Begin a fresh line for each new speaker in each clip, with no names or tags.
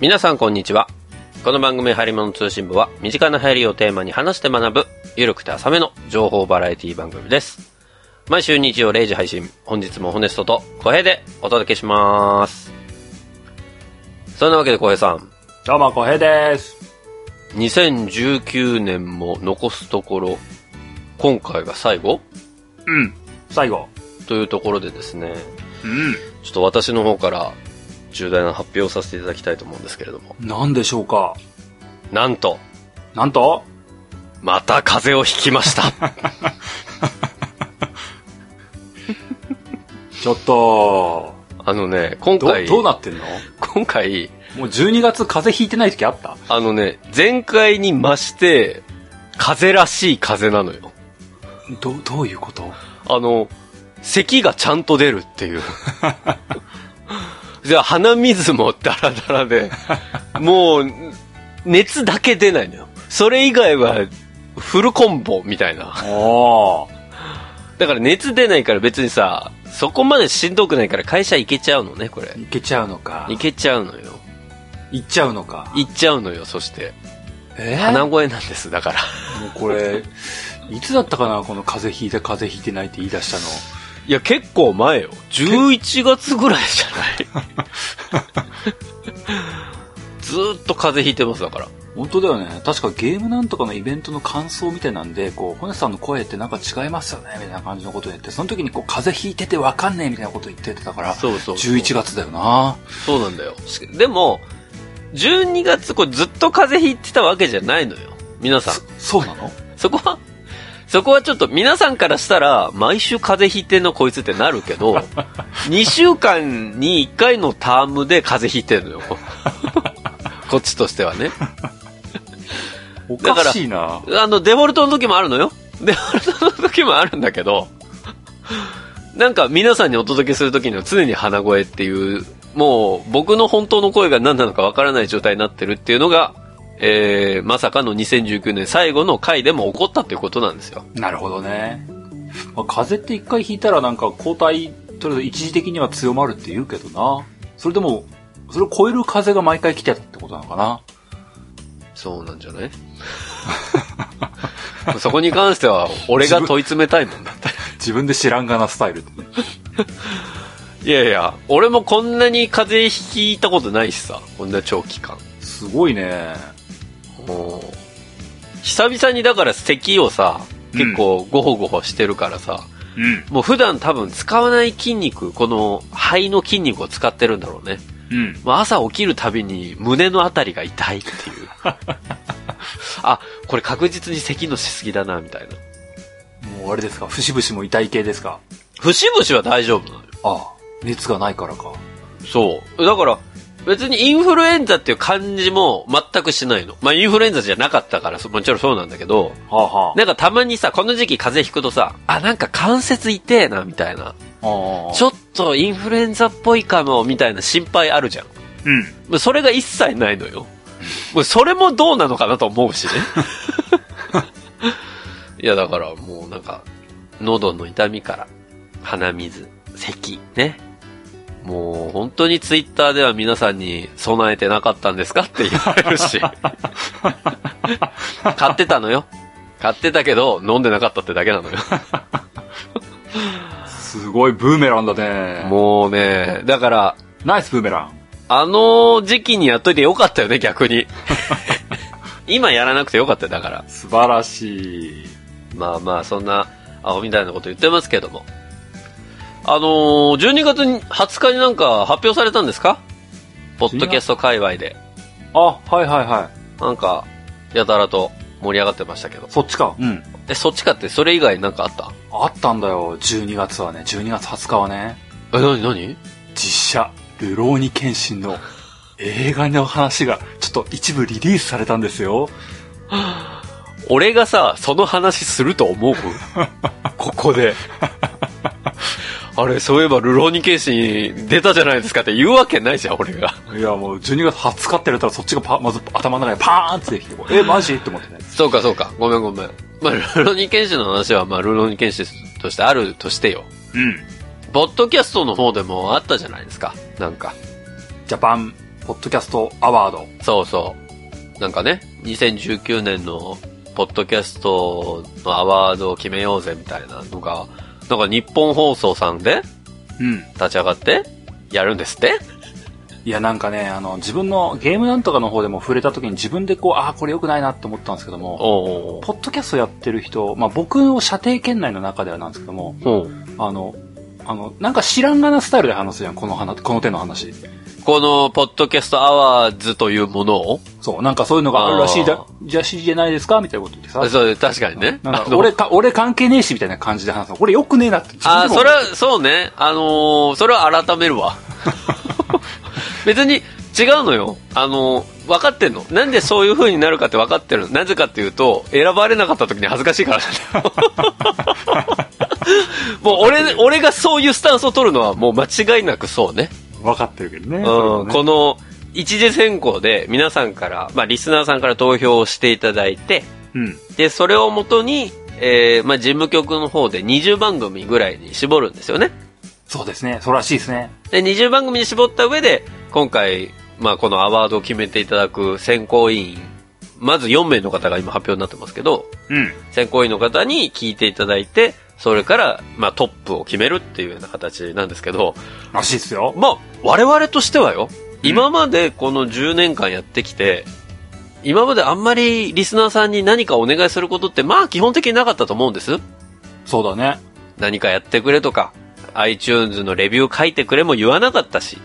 皆さんこんにちは。この番組ハリモノ通信部は、身近な流行りをテーマに話して学ぶ、ゆるくて浅めの情報バラエティ番組です。毎週日曜0時配信、本日もホネストと小平でお届けします。そんなわけで小平さん、
どうも、小平です。
2019年も残すところ、今回が最後
うん。最後。
というところでですね、
う
ちょっと私の方から重大な発表をさせていただきたいと思うんですけれども、
ん。なんでしょうか。
なんと、
なんと、
また風邪をひきました。
ちょっと、
あのね、今
ど
回、、
どうなってんの
今回、
もう12月風邪ひいてない時あった
あのね、前回に増して、風邪らしい風邪なのよ。
ど、どういうこと
あの、咳がちゃんと出るって いう。じゃあ鼻水もダラダラで、もう、熱だけ出ないのよ。それ以外は、フルコンボみたいな。
おー。
だから熱出ないから別にさ、そこまでしんどくないから会社行けちゃうのね、これ。
いけちゃうのか。
行けちゃうのよ。
いっちゃうのか。
行っちゃうのよ、そして。
えー
鼻
もう
声なんです、だから。
これ、いつだったかなこの風邪ひいて風邪ひいてないって言い出したの。
いや、結構前よ。11月ぐらいじゃない ずーっと風邪ひいてます、だから。
本当だよね。確かゲームなんとかのイベントの感想みたいなんで、こう、ホネさんの声ってなんか違いますよねみたいな感じのこと言って、その時にこう、風邪ひいててわかんねえみたいなこと言っててたから、
そうそうそう。
11月だよな
そうなんだよ。しでも、12月、これずっと風邪ひいてたわけじゃないのよ。皆さん
そ。そうなの
そこは、そこはちょっと皆さんからしたら、毎週風邪ひいてんのこいつってなるけ ど、2週間に1回のタームで風邪ひいてんのよ。こっちとしてはね。
お
だから
かしいな
あの、デフォルトの時もあるのよ。 デフォルトの時もあるんだけど、なんか皆さんにお届けする時には常に鼻声っていう、もう僕の本当の声が何なのかわからない状態になってるっていうのが、えー、まさかの2019年最後の回でも起こったっていうことなんですよ。
なるほどね。まあ、風邪って一回引いたらなんか抗体、とりあえず一時的には強まるって言うけどな。それでも、それを超える風が毎回来てたってことなのかな。
そうなんじゃ ないそこに関しては、俺が問い詰めたいもんだって。
自分で知らんがなスタイルってね。
いやいや、俺もこんなに風邪ひいたことないしさ、こんな長期間。
すごいね。
もう久々にだから咳をさ、結構ゴホゴホしてるからさ、
うん。
もう普段多分使わない筋肉、この肺の筋肉を使ってるんだろうね。
うん。
まあ、朝起きるたびに胸のあたりが痛いっていう。あ、これ確実に咳のしすぎだな、みたいな。
もうあれですか、節々も痛い系ですか。
節々は大丈夫なのよ。
ああ、熱がないからか。
そう。だから、別にインフルエンザっていう感じも全くしないの。まあ、インフルエンザじゃなかったから、そもちろんそうなんだけど、
はあは
なんかたまにさ、この時期風邪ひくとさ、あ、なんか関節痛えな、みたいな。
あああ。
ちょっとインフルエンザっぽいかも、みたいな心配あるじゃん。
うん。
もうそれが一切ないのよ。もうそれもどうなのかなと思うしね。いや、だからもうなんか、喉の痛みから、鼻水、咳、ね。もう本当にツイッターでは皆さんに備えてなかったんですかって言われるし。買ってたのよ。買ってたけど、飲んでなかったってだけなのよ。
すごいブーメランだね。
もうね、だから、
ナイスブーメラン。
あの時期にやっといてよかったよね、逆に。今やらなくてよかったよ、だから。
素晴らしい。
まあまあ、そんな、アホみたいなこと言ってますけども。あのー、12月に20日になんか発表されたんですかポッドキャスト界隈で。
あ、はいはいはい。
なんか、やたらと盛り上がってましたけど。
そっちか。うん。
え、そっちかって、それ以外なんかあった
あったんだよ、12月はね、12月20日はね、
え、なになに
実写、ルローニケンシンの映画の話が、ちょっと一部リリースされたんですよ。
俺がさ、その話すると思うここで。 あれ、そういえば、ルローニケンシン出たじゃないですかって言うわけないじゃん、俺が。
いや、もう12月20日って言われたら、そっちがパまず頭の中にパーンって出てきてこう、え、マジって思ってね。
そうか、そうか。ごめん、ごめん。まあ、ルローニケンシンの話は、まあ、ルローニケンシンとしてあるとしてよ。
うん。
ポッドキャストの方でもあったじゃないですか。なんか。
ジャパンポッドキャストアワード。
そうそう。なんかね、2019年のポッドキャストのアワードを決めようぜみたいなのが、なんか日本放送さんで
うん。
立ち上がってやるんですって
いや、なんかね、あの、自分のゲームなんとかの方でも触れた時に自分でこう、ああ、これ良くないなって思ったんですけども、
おうおう
ポッドキャストやってる人、まあ僕を射程圏内の中ではなんですけども、
おう
あの、あの、なんか知らんがなスタイルで話すじゃん、この話、この手の話。
このポッドキャストアワーズというものを
そう、なんかそういうのがあるらしい
あ
だ、じゃあ知りじゃないですかみたいなこと言ってさ。
そう、確かにね。
なん
あ
か
の
俺か、俺関係ねえし、みたいな感じで話すの。これ良くねえなって。
あー、
自分
そ
で
れ
も
は、そうね。あのーそれは改める わ。別に違うのよ。あのー分かってんの。なんでそういう風になるかって分かってるの。なぜかっていうと、選ばれなかった時に恥ずかしいからなん だよ。もう俺、俺がそういうスタンスを取るのはもう間違いなくそうね。
分かってるけどね。
うん、
それ
こ
もね
の一次選考で皆さんから、まあリスナーさんから投票をしていただいて、
うん。
で、それをもとに、えーまあ事務局の方で20番組ぐらいに絞るんですよね。
そうですね。そうらしいですね。
で、20番組に絞った上で、今回、まあ、このアワードを決めていただく選考委員、まず4名の方が今発表になってますけど、
うん。
選考委員の方に聞いていただいて、それから、まあ、トップを決めるっていうような形なんですけど、
らしいですよ。
まあ、我々としてはよ、
うん
今までこの10年間やってきて、今まであんまりリスナーさんに何かお願いすることって、まあ、基本的になかったと思うんです。
そうだね。
何かやってくれとか、iTunes のレビュー書いてくれも言わなかったし、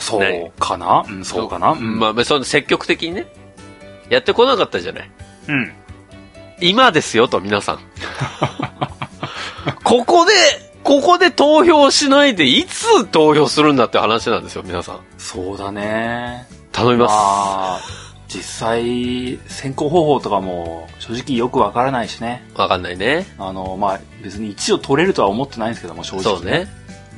そ
ね
うかなうん、そうかなうん。
まあ、その積極的にね、やってこなかったじゃない。
うん。
今ですよと、皆 さん。ここで、ここで投票しないで、いつ投票するんだって話なんですよ、皆さん。
そうだね。
頼み
ま
ます。
あ、実際、選考方法とかも、正直よくわからないしね。
わかんないね。
あの、まあ、別に1を取れるとは思ってないんですけども、正直。
そうね。。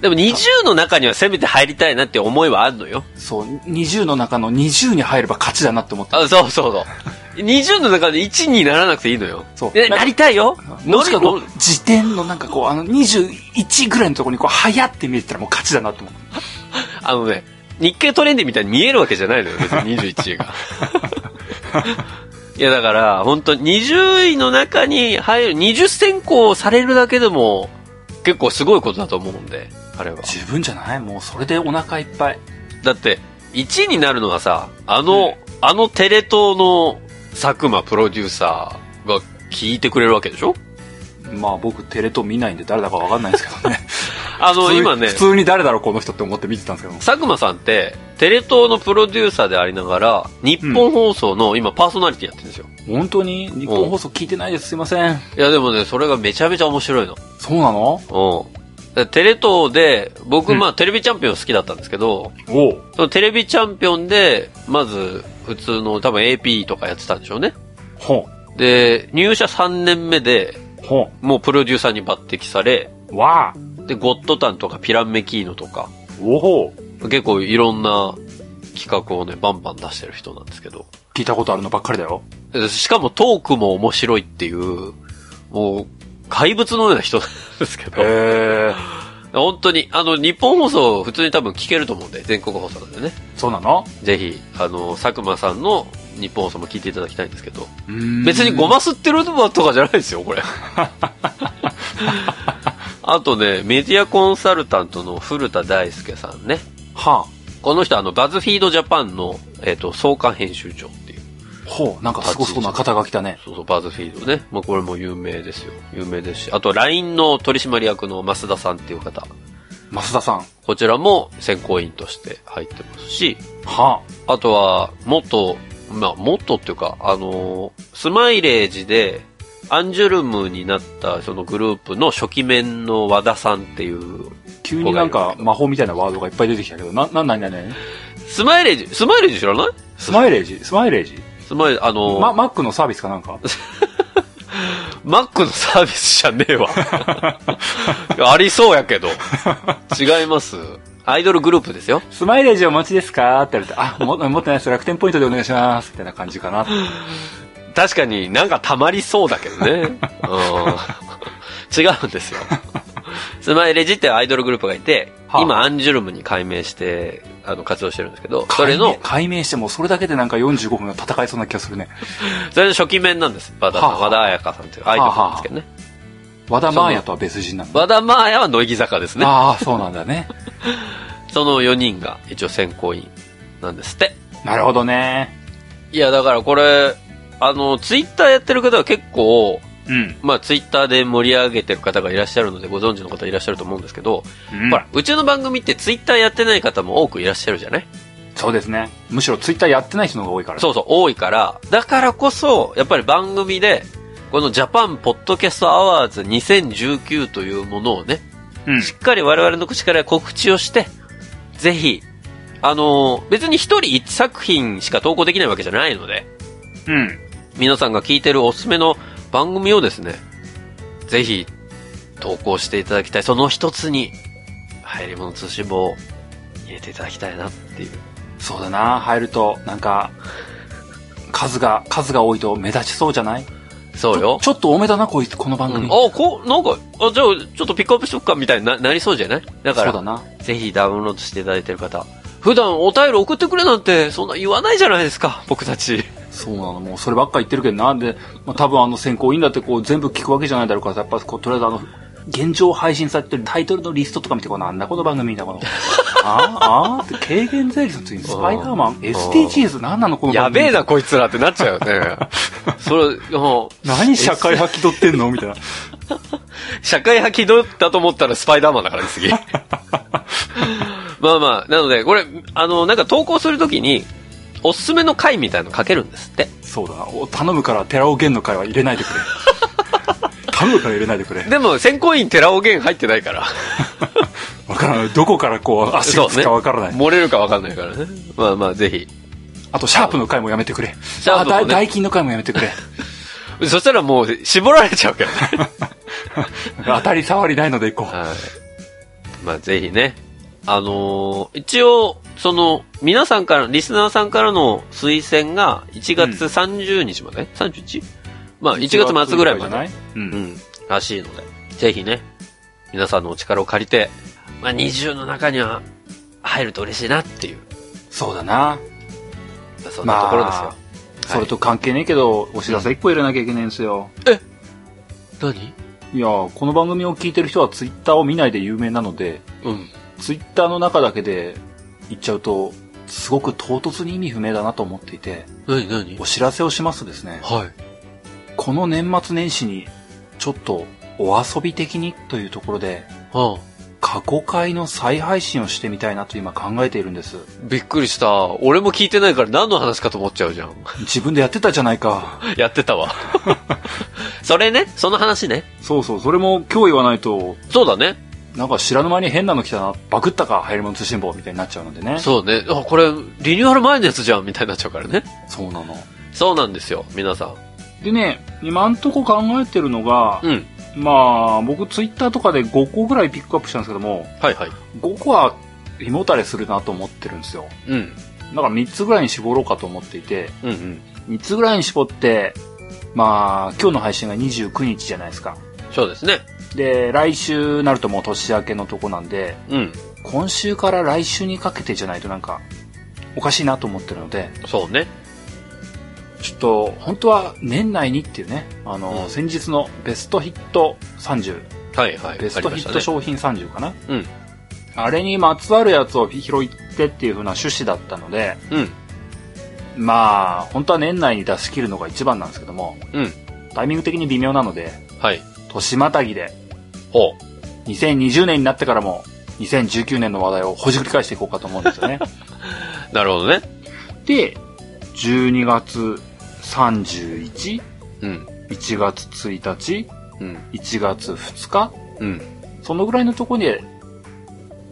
でも20の中にはせめて入りたいなって思いはあるのよ。
そう、20の中の20に入れば勝ちだなって思って。
あそうそう そう。20の中で1にならなくていいのよ。
そう
えなりたいよ。
もしか
乗
こ
り
う、時点のなんかこう、あの、21ぐらいのところにこう、早って見えてたらもう勝ちだなって思って。
あのね、日経トレンディみたいに見えるわけじゃないのよ、別 に21位が。 いや、だから、本当に20位の中に入る、20選考されるだけでも、結構すごいことだと思うんで、あれは。
十分じゃないもうそれでお腹いっぱい。
だって、1位になるのはさ、あの、あのテレ東の佐久間プロデューサーが聞いてくれるわけでしょ
まあ僕、テレ東見ないんで誰だかわかんないんですけどね。
あの、今ね
普、通に誰だろうこの人って思って見てたんですけど
佐久間さんって、テレ東のプロデューサーでありながら、日本放送の今パーソナリティやってるんですよ。
本当に日本放送聞いてないですすいません
いやでもね、それがめちゃめちゃ面白いの。
そうなの
うん。でテレ東で、僕、
うん
まあ、テレビチャンピオン好きだったんですけど、
おう
そのテレビチャンピオンで、まず、普通の、多分 AP とかやってたんでしょうね。
ほ
で、入社3年目で、
うほ
もうプロデューサーに抜擢され、
うわあ
で、ゴッドタンとかピランメキーノとか、
おほう
結構いろんな企画をね、バンバン出してる人なんですけど。
聞いたことあるのばっかりだよ
でしかもトークも面白いっていう、もう、怪物のような人なんですけど。
へえ
本当に、あの、日本放送、普通に多分聞けると思うんで、全国放送なんでね。
そうなの
ぜひ、あの、佐久間さんの日本放送も聞いていただきたいんですけど、別
別
にごますってるとかじゃないですよ、これ。あとね、メディアコンサルタントの古田大輔さんね。
は
この人、あの、バズフィードジャパンの、えっ、と、総監編集長っていう。
あほうなんかすごそうな肩が来たね
そうそう、バズフィードね。まあ、これも有名ですよ。有名ですし。あと、LINE の取締役の増田さんっていう方。
増田さん
こちらも選考委員として入ってますし、
は
あとは、元、まあ、元っていうか、あのースマイレージで、アンジュルムになったそのグループの初期面の和田さんっていう、
あ急になんか魔法みたいなワードがいっぱい出てきたけどな、な、なになになに
スマイレージ、スマイレージ知らない
スマイレージスマイレージ
スマイレージ、あのー
ま、マックのサービスかなんか
マックのサービスじゃねえ わ。いやありそうやけど。違います。アイドルグループですよ。
スマイレージお持ちですかって言われて、あ、も持ってないです。楽天ポイントでお願いします。みたいな感じかな。
確かになんか溜まりそうだけど ね。うん。違うんですよ。スマイレジってアイドルグループがいて、
はあ
今アンジュルムに改名して、あの活動してるんですけど、それの、
解明してもうそれだけでなんか45分は戦えそうな気がするね。
それの初期面なんです。和田さん、
はあはあ
和田彩香さんというアイドルなんですけどね。
和田真彩とは別人なんだ。
和田真彩は乃木坂ですね。
ああ、そうなんだね。
その4人が一応選考委員なんですって。
なるほどね。
いや、だからこれ、あの、ツイッターやってる方は結構、
うん。
まあ、ツイッターで盛り上げてる方がいらっしゃるので、ご存知の方いらっしゃると思うんですけど、
うん
ほら、うちの番組ってツイッターやってない方も多くいらっしゃるじゃない
そうですね。むしろツイッターやってない人の方が多いから。
そうそう、多いから、だからこそ、やっぱり番組で、このジャパンポッドキャストアワーズ2019というものをね、
う。うん。
しっかり我々の口から告知をして、ぜひ、あのー別に一人一作品しか投稿できないわけじゃないので、
うん。
皆さんが聞いてるおすすめの番組をですね、ぜひ投稿していただきたい。その一つに、入り物通信簿を入れていただきたいなっていう。
そうだな。入ると、なんか、数が、数が多いと目立ちそうじゃない
そうよ。
ちょっと多めだな、こいつ、この番
うん、
組。
あ、こう、なんか、あ、じゃあ、ちょっとピックアップしとくかみたいにななりそうじゃないだか
そう
ら、
だな。
ぜひダウンロードしていただいてる方、普段お便り送ってくれなんて、そんな言わないじゃないですか、僕たち。
そうなの。もうそればっか言ってるけどな。で、まあ、多分あの選考委員だってこう全部聞くわけじゃないだろうからさ、やっぱこう、とりあえずあの、現状配信されてるタイトルのリストとか見て、こうなんだこの番組だ、こ の。あーあーって軽減税率の次にスパイダ ーマン、SDGs、なんなのこの
や
番組。
べえな、こいつらってなっちゃうよね。 それ、もう
何社会派気取ってんのみたいな。
社会派気取ったと思ったらスパイダーマンだからね、次。まあまあ、なので、これ、あの、なんか投稿するときに、おすすめの回みたいの書けるんですって。
そうだな。お頼むから寺尾玄の会は入れない でくれ。頼むから入れないでくれ。
でも、選考委員寺尾源入ってないから。
わからない。どこからこう足がつくかわからない。
漏れるかわかんないからね。まあまあ、ぜひ。
あと、シャープの回もやめてくれ。
シャープもね
あだダイキンの回もやめて くれ。
そしたらもう、絞られちゃう けどね。
当たり障りないので行こう。
はい。まあ、ぜひね。あのー一応、その、皆さんから、リスナーさんからの推薦が、1月30日まで、?31? まあ、1月末ぐらいまで。
ないうん
うん、らしいので、ぜひね、皆さんのお力を借りて、まあ、20の中には入ると嬉しいなっていう、
そうだな。
そんなところですよ。
まあそれと関係ねえけど、お知らせ1個入れなきゃいけないんですよ。
何
いや、この番組を聞いてる人はツイッターを見ないで有名なので、
うん。
ツイッターの中だけで言っちゃうと、すごく唐突に意味不明だなと思っていて、
何何
お知らせをしますとですね、
はい。
この年末年始に、ちょっとお遊び的にというところで、
ああ
過去回の再配信をしてみたいなと今考えているんです。
びっくりした。俺も聞いてないから何の話かと思っちゃうじゃん。
自分でやってたじゃないか。
やってた わ。それね、その話ね。
そうそう、それも今日言わないと、
そうだね。
なんか知らぬ間に変なの来たな、バクったか、流行り物通信簿みたいになっちゃうのでね。
そうね。あ、これ、リニューアル前のやつじゃん、みたいになっちゃうからね。
そうなの。
そうなんですよ、皆さん。
でね、今んとこ考えてるのが、
うん。
まあ、僕ツイッターとかで5個ぐらいピックアップしたんですけども、
はいはい。
5個は胃もたれするなと思ってるんですよ。
うん。
だから3つぐらいに絞ろうかと思っていて、
うんうん。
3つぐらいに絞って、まあ、今日の配信が29日じゃないですか。
そうですね。
で、来週なるともう年明けのとこなんで、
うん。
今週から来週にかけてじゃないとなんか、おかしいなと思ってるので、
そうね。
ちょっと、本当は年内にっていうね、あの、
うん
先日のベストヒット30、
はいはい。
ベストヒット
ョ
商品30かな。
うん
あれにまつわるやつを拾ってっていう風な趣旨だったので、
うん。
まあ、本当は年内に出し切るのが一番なんですけども、
うん
タイミング的に微妙なので、
はい。
年またぎで、
ほう。
2020年になってからも、2019年の話題をほじくり返していこうかと思うんですよね。
なるほどね。
で、12月31、
うん。
1月1日、
うん。
1月2日、
うん。
そのぐらいのところで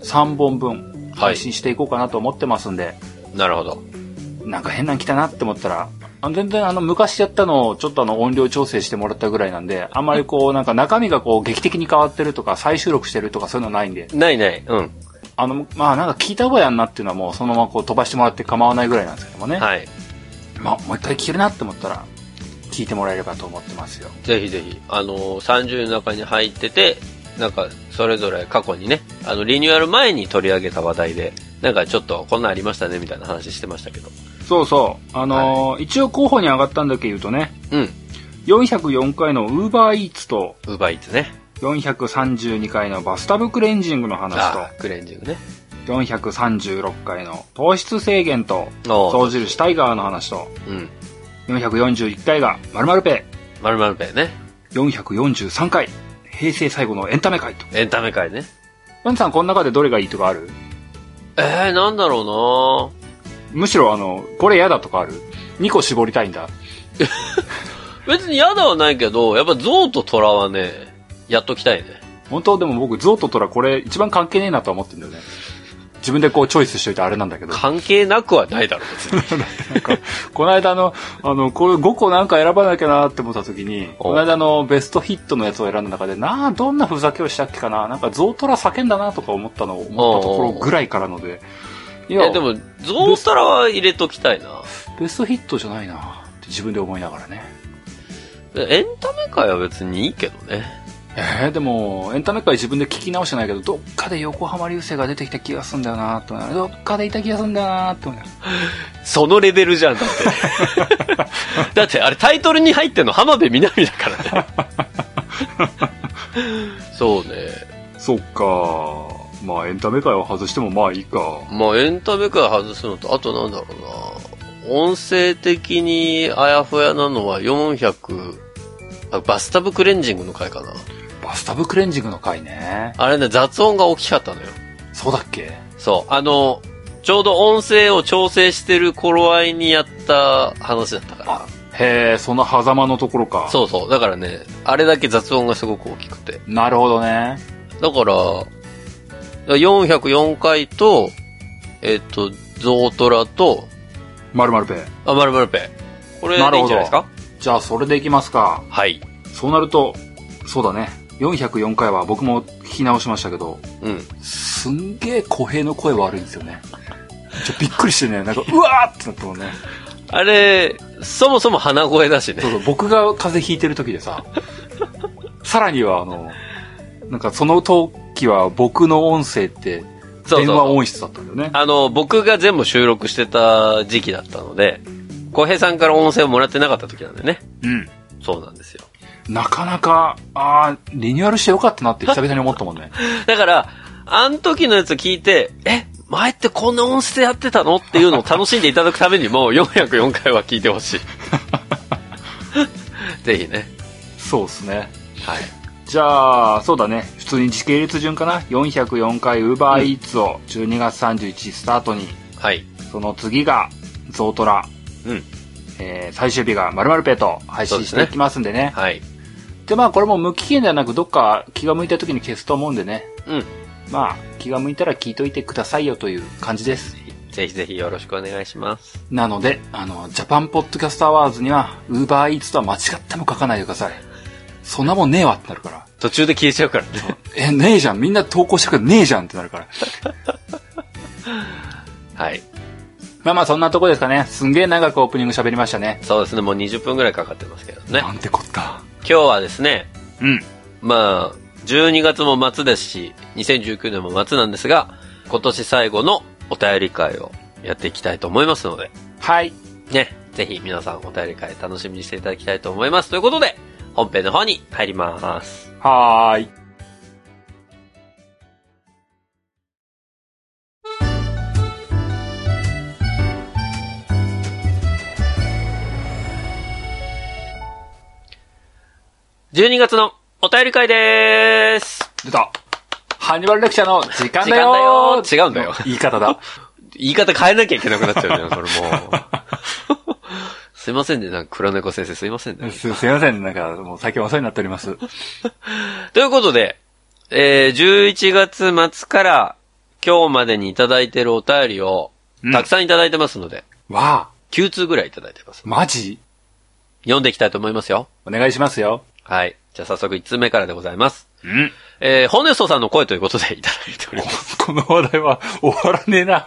3本分
はい
配信していこうかなと思ってますんで、
なるほど。
なんか変なの来たなって思ったら、あ全然あの昔やったのをちょっとあの音量調整してもらったぐらいなんで、あんまりこうなんか中身がこう劇的に変わってるとか再収録してるとかそういうのないんで、
ないない。うん。
あの、まあなんか聞いた覚えあんなっていうのはもうそのままこう飛ばしてもらって構わないぐらいなんですけどもね、
はい。
まあもう一回聞けるなって思ったら、聞いてもらえればと思ってますよ。
ぜひぜひ。あのー、30の中に入ってて、なんか、それぞれ過去にね、あの、リニューアル前に取り上げた話題で、なんかちょっとこんなんありましたねみたいな話してましたけど。
そうそう。あのー一応候補に上がったんだけ言うとね、
うん。
404回のウーバーイーツと、
ウーバーイーツね。
432回のバスタブクレンジングの話
あークレンジングね。
と、436回の糖質制限と、
おー
総印タイガーの話と、
うん。
441回が〇〇ペ
まるまるペね。
イ、443回、平成最後のエンタメ会と。
エンタメ界ね。
ワンさん、この中でどれがいいとかある
えー、なんだろ
むしろ、あの、これ嫌だとかある ?2 個絞りたいんだ。
うな別に嫌ではないけど、やっぱ象と虎はね、やっときたいね。
本当でも僕、ゾウとトラこれ一番関係ねえなとは思ってんだよね。自分でこうチョイスしといてあれなんだけど。
関係なくはないだろう、別に。
この間の、あの、これ5個なんか選ばなきゃなって思った時に、
お
この間のベストヒットのやつを選んだ中で、なあ、どんなふざけをしたっけかな、なんかゾウトラ叫んだなとか思ったのを思ったところぐらいからので、い
いや、でも、象虎は入れときたいな。
ベストヒットじゃないなって自分で思いながらね。
エンタメ界は別にいいけどね。
えー、でも、エンタメ界自分で聞き直してないけど、どっかで横浜流星が出てきた気がすんだよなって思いながらどっかでいた気がすんだよなって思いながら
そのレベルじゃん、だって。だって、あれタイトルに入ってんの浜辺美波だからね。そうね。
そっかまあエンタメ界を外してもまあいいか。
まあ、エンタメ界外すのと、あとなんだろうな。音声的にあやふやなのは400、あバスタブクレンジングの回かな。
バスタブクレンジングの回ね。
あれね、雑音が大きかったのよ。
そうだっけ
そう。あの、ちょうど音声を調整してる頃合いにやった話だったから。
へえ、その狭間のところか。
そうそう。だからね、あれだけ雑音がすごく大きくて。
なるほどね。
だから、404回と、えっ、と、ゾウトラと、
まるまるペ。
あ、まるまるペ。これでいいんじゃないですか
じゃあそれでいきますか。
はい。
そうなると、そうだね。404回は僕も聞き直しましたけど、
うん。
すんげえ小平の声悪いんですよね。 ちょびっくりしてね、なんか、うわーってなったもんね。
あれ、そもそも鼻声だし
そう
ね。
そう、僕が風邪ひいてる時でさ、 さらにはあの、なんかその時は僕の音声って、
そう
電話
そう。
音質だったんだよね。
あの、僕が全部収録してた時期だったので、小平さんから音声をもらってなかった時なんでね。
うん。
そうなんですよ。
なかなか、ああ、リニューアルしてよかったなって久々に思ったも んね。
だから、あの時のやつ聞いて、え前ってこんな音質やってたのっていうのを楽しんでいただくために も、404回は聞いてほ しい。ぜひね。
そうですね。
はい。
じゃあ、そうだね。普通に時系列順かな。404回 UberEats を12月31日スタートに、
はい。
その次がゾウトラ、
うん。
えー最終日が〇〇ペイと配信していきますんでね。で
はい。
まあこれも無期限ではなくどっか気が向いた時に消すと思うんでね。
うん。
まあ気が向いたら聞いといてくださいよという感じです。
ぜひぜひよろしくお願いします。
なので、あの、ジャパンポッドキャストアワーズには UberEats とは間違っても書かないでください。そんなもんねえわってなるから。
途中で消えちゃうからね。
え、ねえじゃん。みんな投稿してくれねえじゃんってなるから。
はい。
まあまあそんなとこですかね。すんげえ長くオープニング喋りましたね。
そうですね。もう20分ぐらいかかってますけどね。
なんてこった。
今日はですね、
うん。
まあ、12月も末ですし、2019年も末なんですが、今年最後のお便り会をやっていきたいと思いますので、
はい。
ね、ぜひ皆さんお便り会楽しみにしていただきたいと思います。ということで、本編の方に入ります。
はーい。
12月のお便り会でーす
出た。ハンニバルレクチャーの時間だよ
時間だよ違うんだよ
言い方だ。
言い方変えなきゃいけなくなっちゃ うね、 それもう。すいませんね、なんか黒猫先生すいませんね。
す、すいません。なんか、もう最近お世話になっております。
ということで、えー、11月末から今日までにいただいてるお便りを、
うん
たくさんいただいてますので、
わあ、
9通ぐらいいただいてます。
マジ
読んでいきたいと思いますよ。
お願いしますよ。
はい。じゃあ早速1通目からでございます。
うん。
えー、ホネストさんの声ということでいただいております。
この話題は終わらねえな。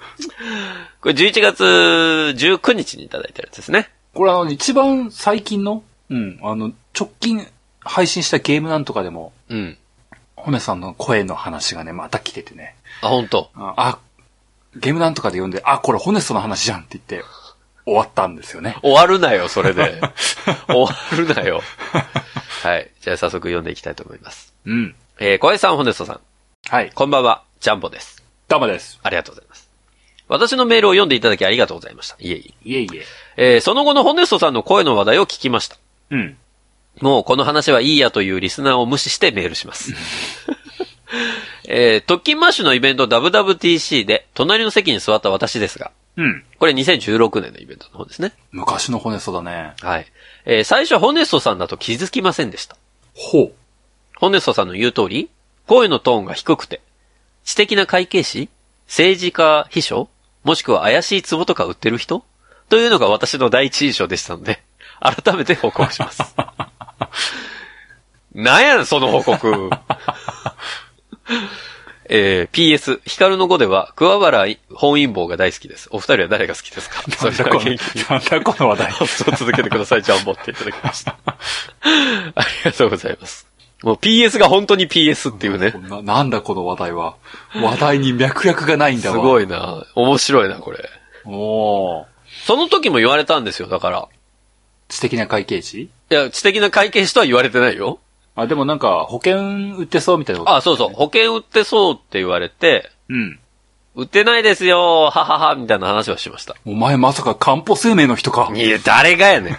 これ11月19日にいただいたやつですね。
これあの、一番最近の、うん、あの、直近配信したゲームなんとかでも、
うん。
ホメさんの声の話がね、また来ててね。
あ、本当
あ、あゲームなんとかで読んで、あ、これホネストの話じゃんって言って、終わったんですよね。
終わるなよ、それ で。終わるなよ。はい。じゃあ早速読んでいきたいと思います。
うん。
えー、小江さん、ホネストさん。
はい。
こんばんは。ジャンボです。
ダマです。
ありがとうございます。私のメールを読んでいただきありがとうございました。いえい
いえいえ。
え。えーその後のホネストさんの声の話題を聞きました。
うん。
もうこの話はいいやというリスナーを無視してメールします。えー、特勤マッシュのイベント WWTC で、隣の席に座った私ですが、
うん。
これ2016年のイベントの方ですね。
昔のホネストだね。
はい。えー最初ホネストさんだと気づきませんでした。
ほう。
ホネストさんの言う通り、声のトーンが低くて、知的な会計士政治家秘書もしくは怪しい壺とか売ってる人というのが私の第一印象でしたので、改めて報告します。 なんやねん、その報告。えー PS、ヒカルの語では、桑原本因坊が大好きです。お二人は誰が好きですかそ
な
れ
ん
では
だこの、
元気に
なんだこの話題。
感想を続けてください、ジャンボっていただきました。ありがとうございます。もう PS が本当に PS っていうね。
ななんだ この話題は。話題に脈絡がないんだ
す
わ。
ご
い。
いな。面白いな、これ。
おー。
その時も言われたんですよ、だから。
知的な会計士
いや、知的な会見士とは言われてないよ。
あ、でもなんか、保険売ってそうみたいなこと。
あ、そうそう。保険売ってそうって言われて、
うん。
売ってないですよ、ははは、みたいな話はしました。
お前まさか漢方生命の人か。
いや、誰がやねん。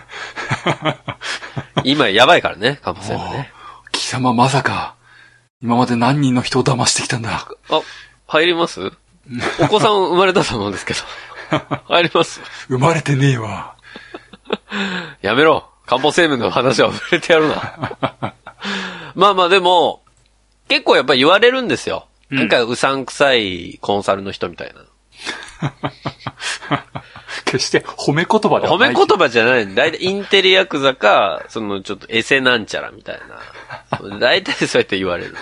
今やばいからね、カンパセンがね。
貴様まさか、今まで何人の人を騙してきたんだ。
あ、入りますお子さん生まれたと思うんですけど。入ります
生まれてねえわ。
やめろ。漢方生命の話は触れてやるな。 まあまあでも、結構やっぱり言われるんですよ。
うん
なんかうさんくさいコンサルの人みたいな。
決して褒め言葉では
褒
ない。
め言葉じゃない。だいたいインテリヤクザか、そのちょっとエセなんちゃらみたいな。だいたいそうやって言われる。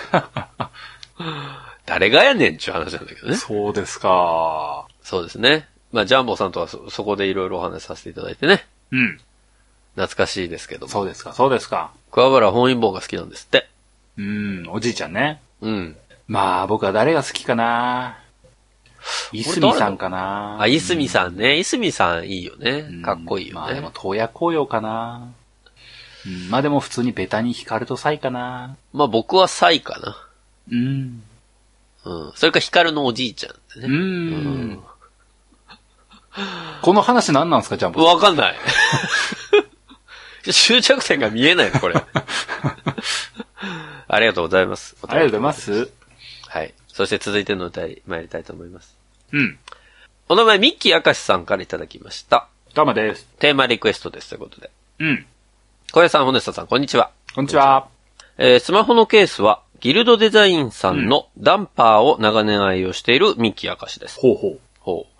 誰がやねんっていう話なんだけどね。
そうですか。
そうですね。まあジャンボさんとはそそこでいろいろお話しさせていただいてね。
うん。
懐かしいですけども。
そうですか、そうですか。
桑原本因坊が好きなんですって。
うん、おじいちゃんね。
うん。
まあ、僕は誰が好きかな。いすみさんかな。
あ、いすみさんね。いすみさんいいよね
うん。
かっこいいよ
まあで
ね
も、。東野紅葉かな。うん、まあでも、普通にベタに光とサイかな。
まあ僕はサイかな。
うん。
うん。それかヒカルのおじいちゃんって
う
ね。
ん。この話何なんですか、ジャンボさん。
わかんない。終着点が見えないの、こ れ。ありがとうございます。
ありがとうございます。
はい。そして続いてのお便り、参りたいと思います。
うん。
お名前、ミッキー明石さんからいただきました。
ダマです。
テーマリクエストです。ということで。
うん。
小屋さん、ホネスタさん、こんにちは。
こんにちは。
えースマホのケースは、ギルドデザインさんのダンパーを長年愛用しているミッキー明石です。
ほうほう。
ほう。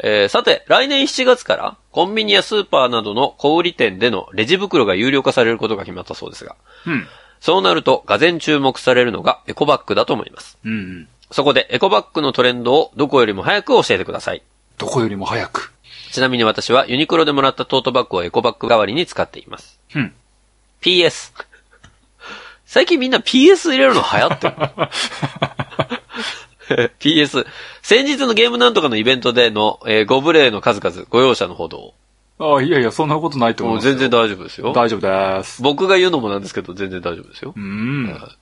えーさて、来年7月から、コンビニやスーパーなどの小売店でのレジ袋が有料化されることが決まったそうですが、
うん。
そうなると、がぜん注目されるのがエコバッグだと思います。
うんうん。
そこで、エコバッグのトレンドをどこよりも早く教えてください。
どこよりも早く。
ちなみに私は、ユニクロでもらったトートバッグをエコバッグ代わりに使っています。
うん。
PS。最近みんな PS 入れるの流行ってる。PS。先日のゲームなんとかのイベントでの、えーご無礼の数々、ご容赦のほどを。
ああ、いやいや、そんなことないと思
もう
いますよ。
全然大丈夫ですよ。
大丈夫です。
僕が言うのもなんですけど、全然大丈夫ですよ
う。ん。あり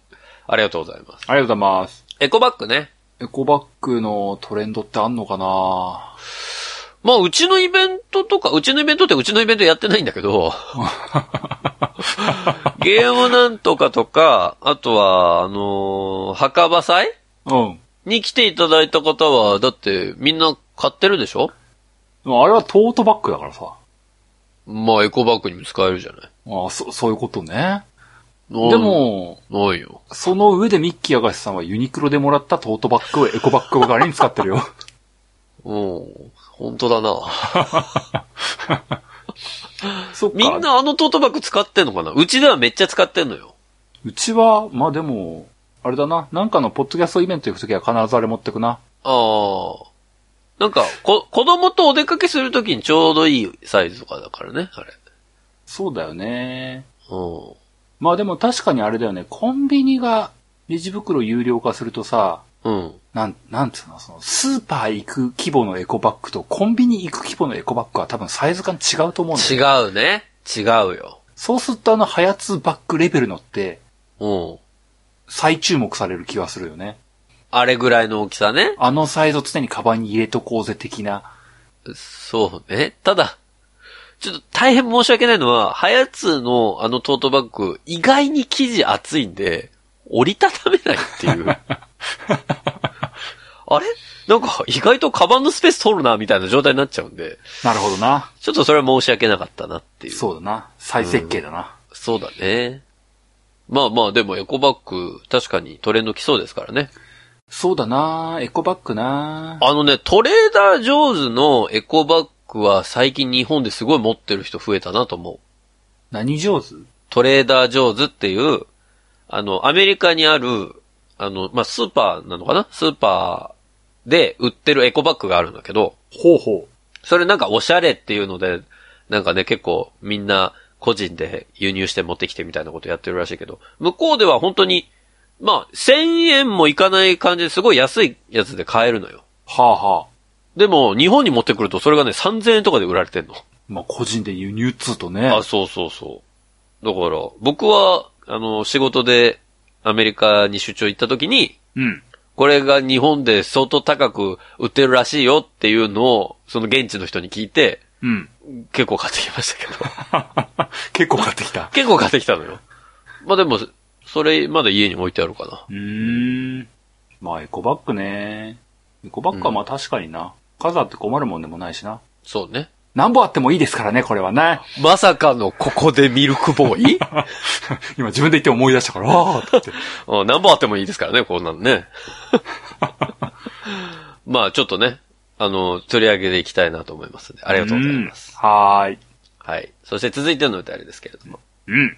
ありがとうございます。
がとうございます。
エコバッグね。
エコバッグのトレンドってあんのかな
まあ、うちのイベントとか、うちのイベントってうちのイベントやってないんだけ ど、ゲームなんとかとか、あとは、あのー墓場祭
うん。
に来ていただいた方は、だってみんな買ってるでしょ
でもあれはトートバッグだからさ。
まあ、エコバッグにも使えるじゃない。
ああ、そ、そういうことね。
な
で、も、
ないよ。
その上でミッキー明石さんはユニクロでもらったトートバッグをエコバッグ代わりに使っ てるよ。
うん。本当だな。
そっか。
みんなあのトートバッグ使ってんのかなうちではめっちゃ使ってんのよ。
うちは、まあでも、あれだな、なんかのポッドキャストイベント行くときは必ずあれ持ってくな。
ああ。なんか、こ、子供とお出かけするときにちょうどいいサイズとかだからね、あれ。
そうだよね。
うん。
まあでも確かにあれだよね、コンビニがレジ袋有料化するとさ、
うん。
なん、なんつうの、その、スーパー行く規模のエコバッグとコンビニ行く規模のエコバッグは多分サイズ感違うと思うんだよ。
違うね。違うよ。
そうするとあの、ハヤツバッグレベルのって、
うん。
再注目される気はするよね。
あれぐらいの大きさね。
あのサイズを常にカバンに入れとこうぜ的な。
そうね。ただ、ちょっと大変申し訳ないのは、ハヤツのあのトートバッグ、意外に生地厚いんで、折りたためないっていう。あれなんか意外とカバンのスペース取るな、みたいな状態になっちゃうんで、
なるほどな。
ちょっとそれは申し訳なかったなっていう。
そうだな。再設計だな。
そうだね。まあまあ、でもエコバッグ、確かにトレンド来そうですからね。
そうだな。エコバッグな。
あのね、トレーダー・ジョーズのエコバッグは最近日本ですごい持ってる人増えたなと思う。
何上手
トレーダー・ジョーズっていう、あの、アメリカにある、あの、まあ、スーパーなのかなスーパーで売ってるエコバッグがあるんだけど、
ほうほ
それなんかおしゃれっていうので、なんかね、結構みんな個人で輸入して持ってきてみたいなことやってるらしいけど、向こうでは本当に、まあ、1000円もいかない感じですごい安いやつで買えるのよ。
う。はあはあ。
でも、日本に持ってくるとそれがね、3000円とかで売られてんの。
まあ、個人で輸入っつうとね。
あ、そうそうそう。だから、僕は、あの、仕事でアメリカに出張行った時に、
うん。
これが日本で相当高く売ってるらしいよっていうのを、その現地の人に聞いて、
うん。
結構買ってきましたけど。
結構買ってきた。
結構買ってきたのよ。まあでも、それまだ家に置いてあるかな。
うーん。まあ、エコバッグね。エコバッグはまあ確かにな。数あって困るもんでもないしな。
そうね。
何本あってもいいですからね、これはね。
まさかのここでミルクボーイ
今自分で言って思い出したから、あーって。
うん、何本あってもいいですからね、こんなのね。 まあちょっとね、あの、取り上げていきたいなと思いますんで。 あ
あ
りがとうございます。。
はーい。
はい。そして続いての歌あれですけれども。
うん。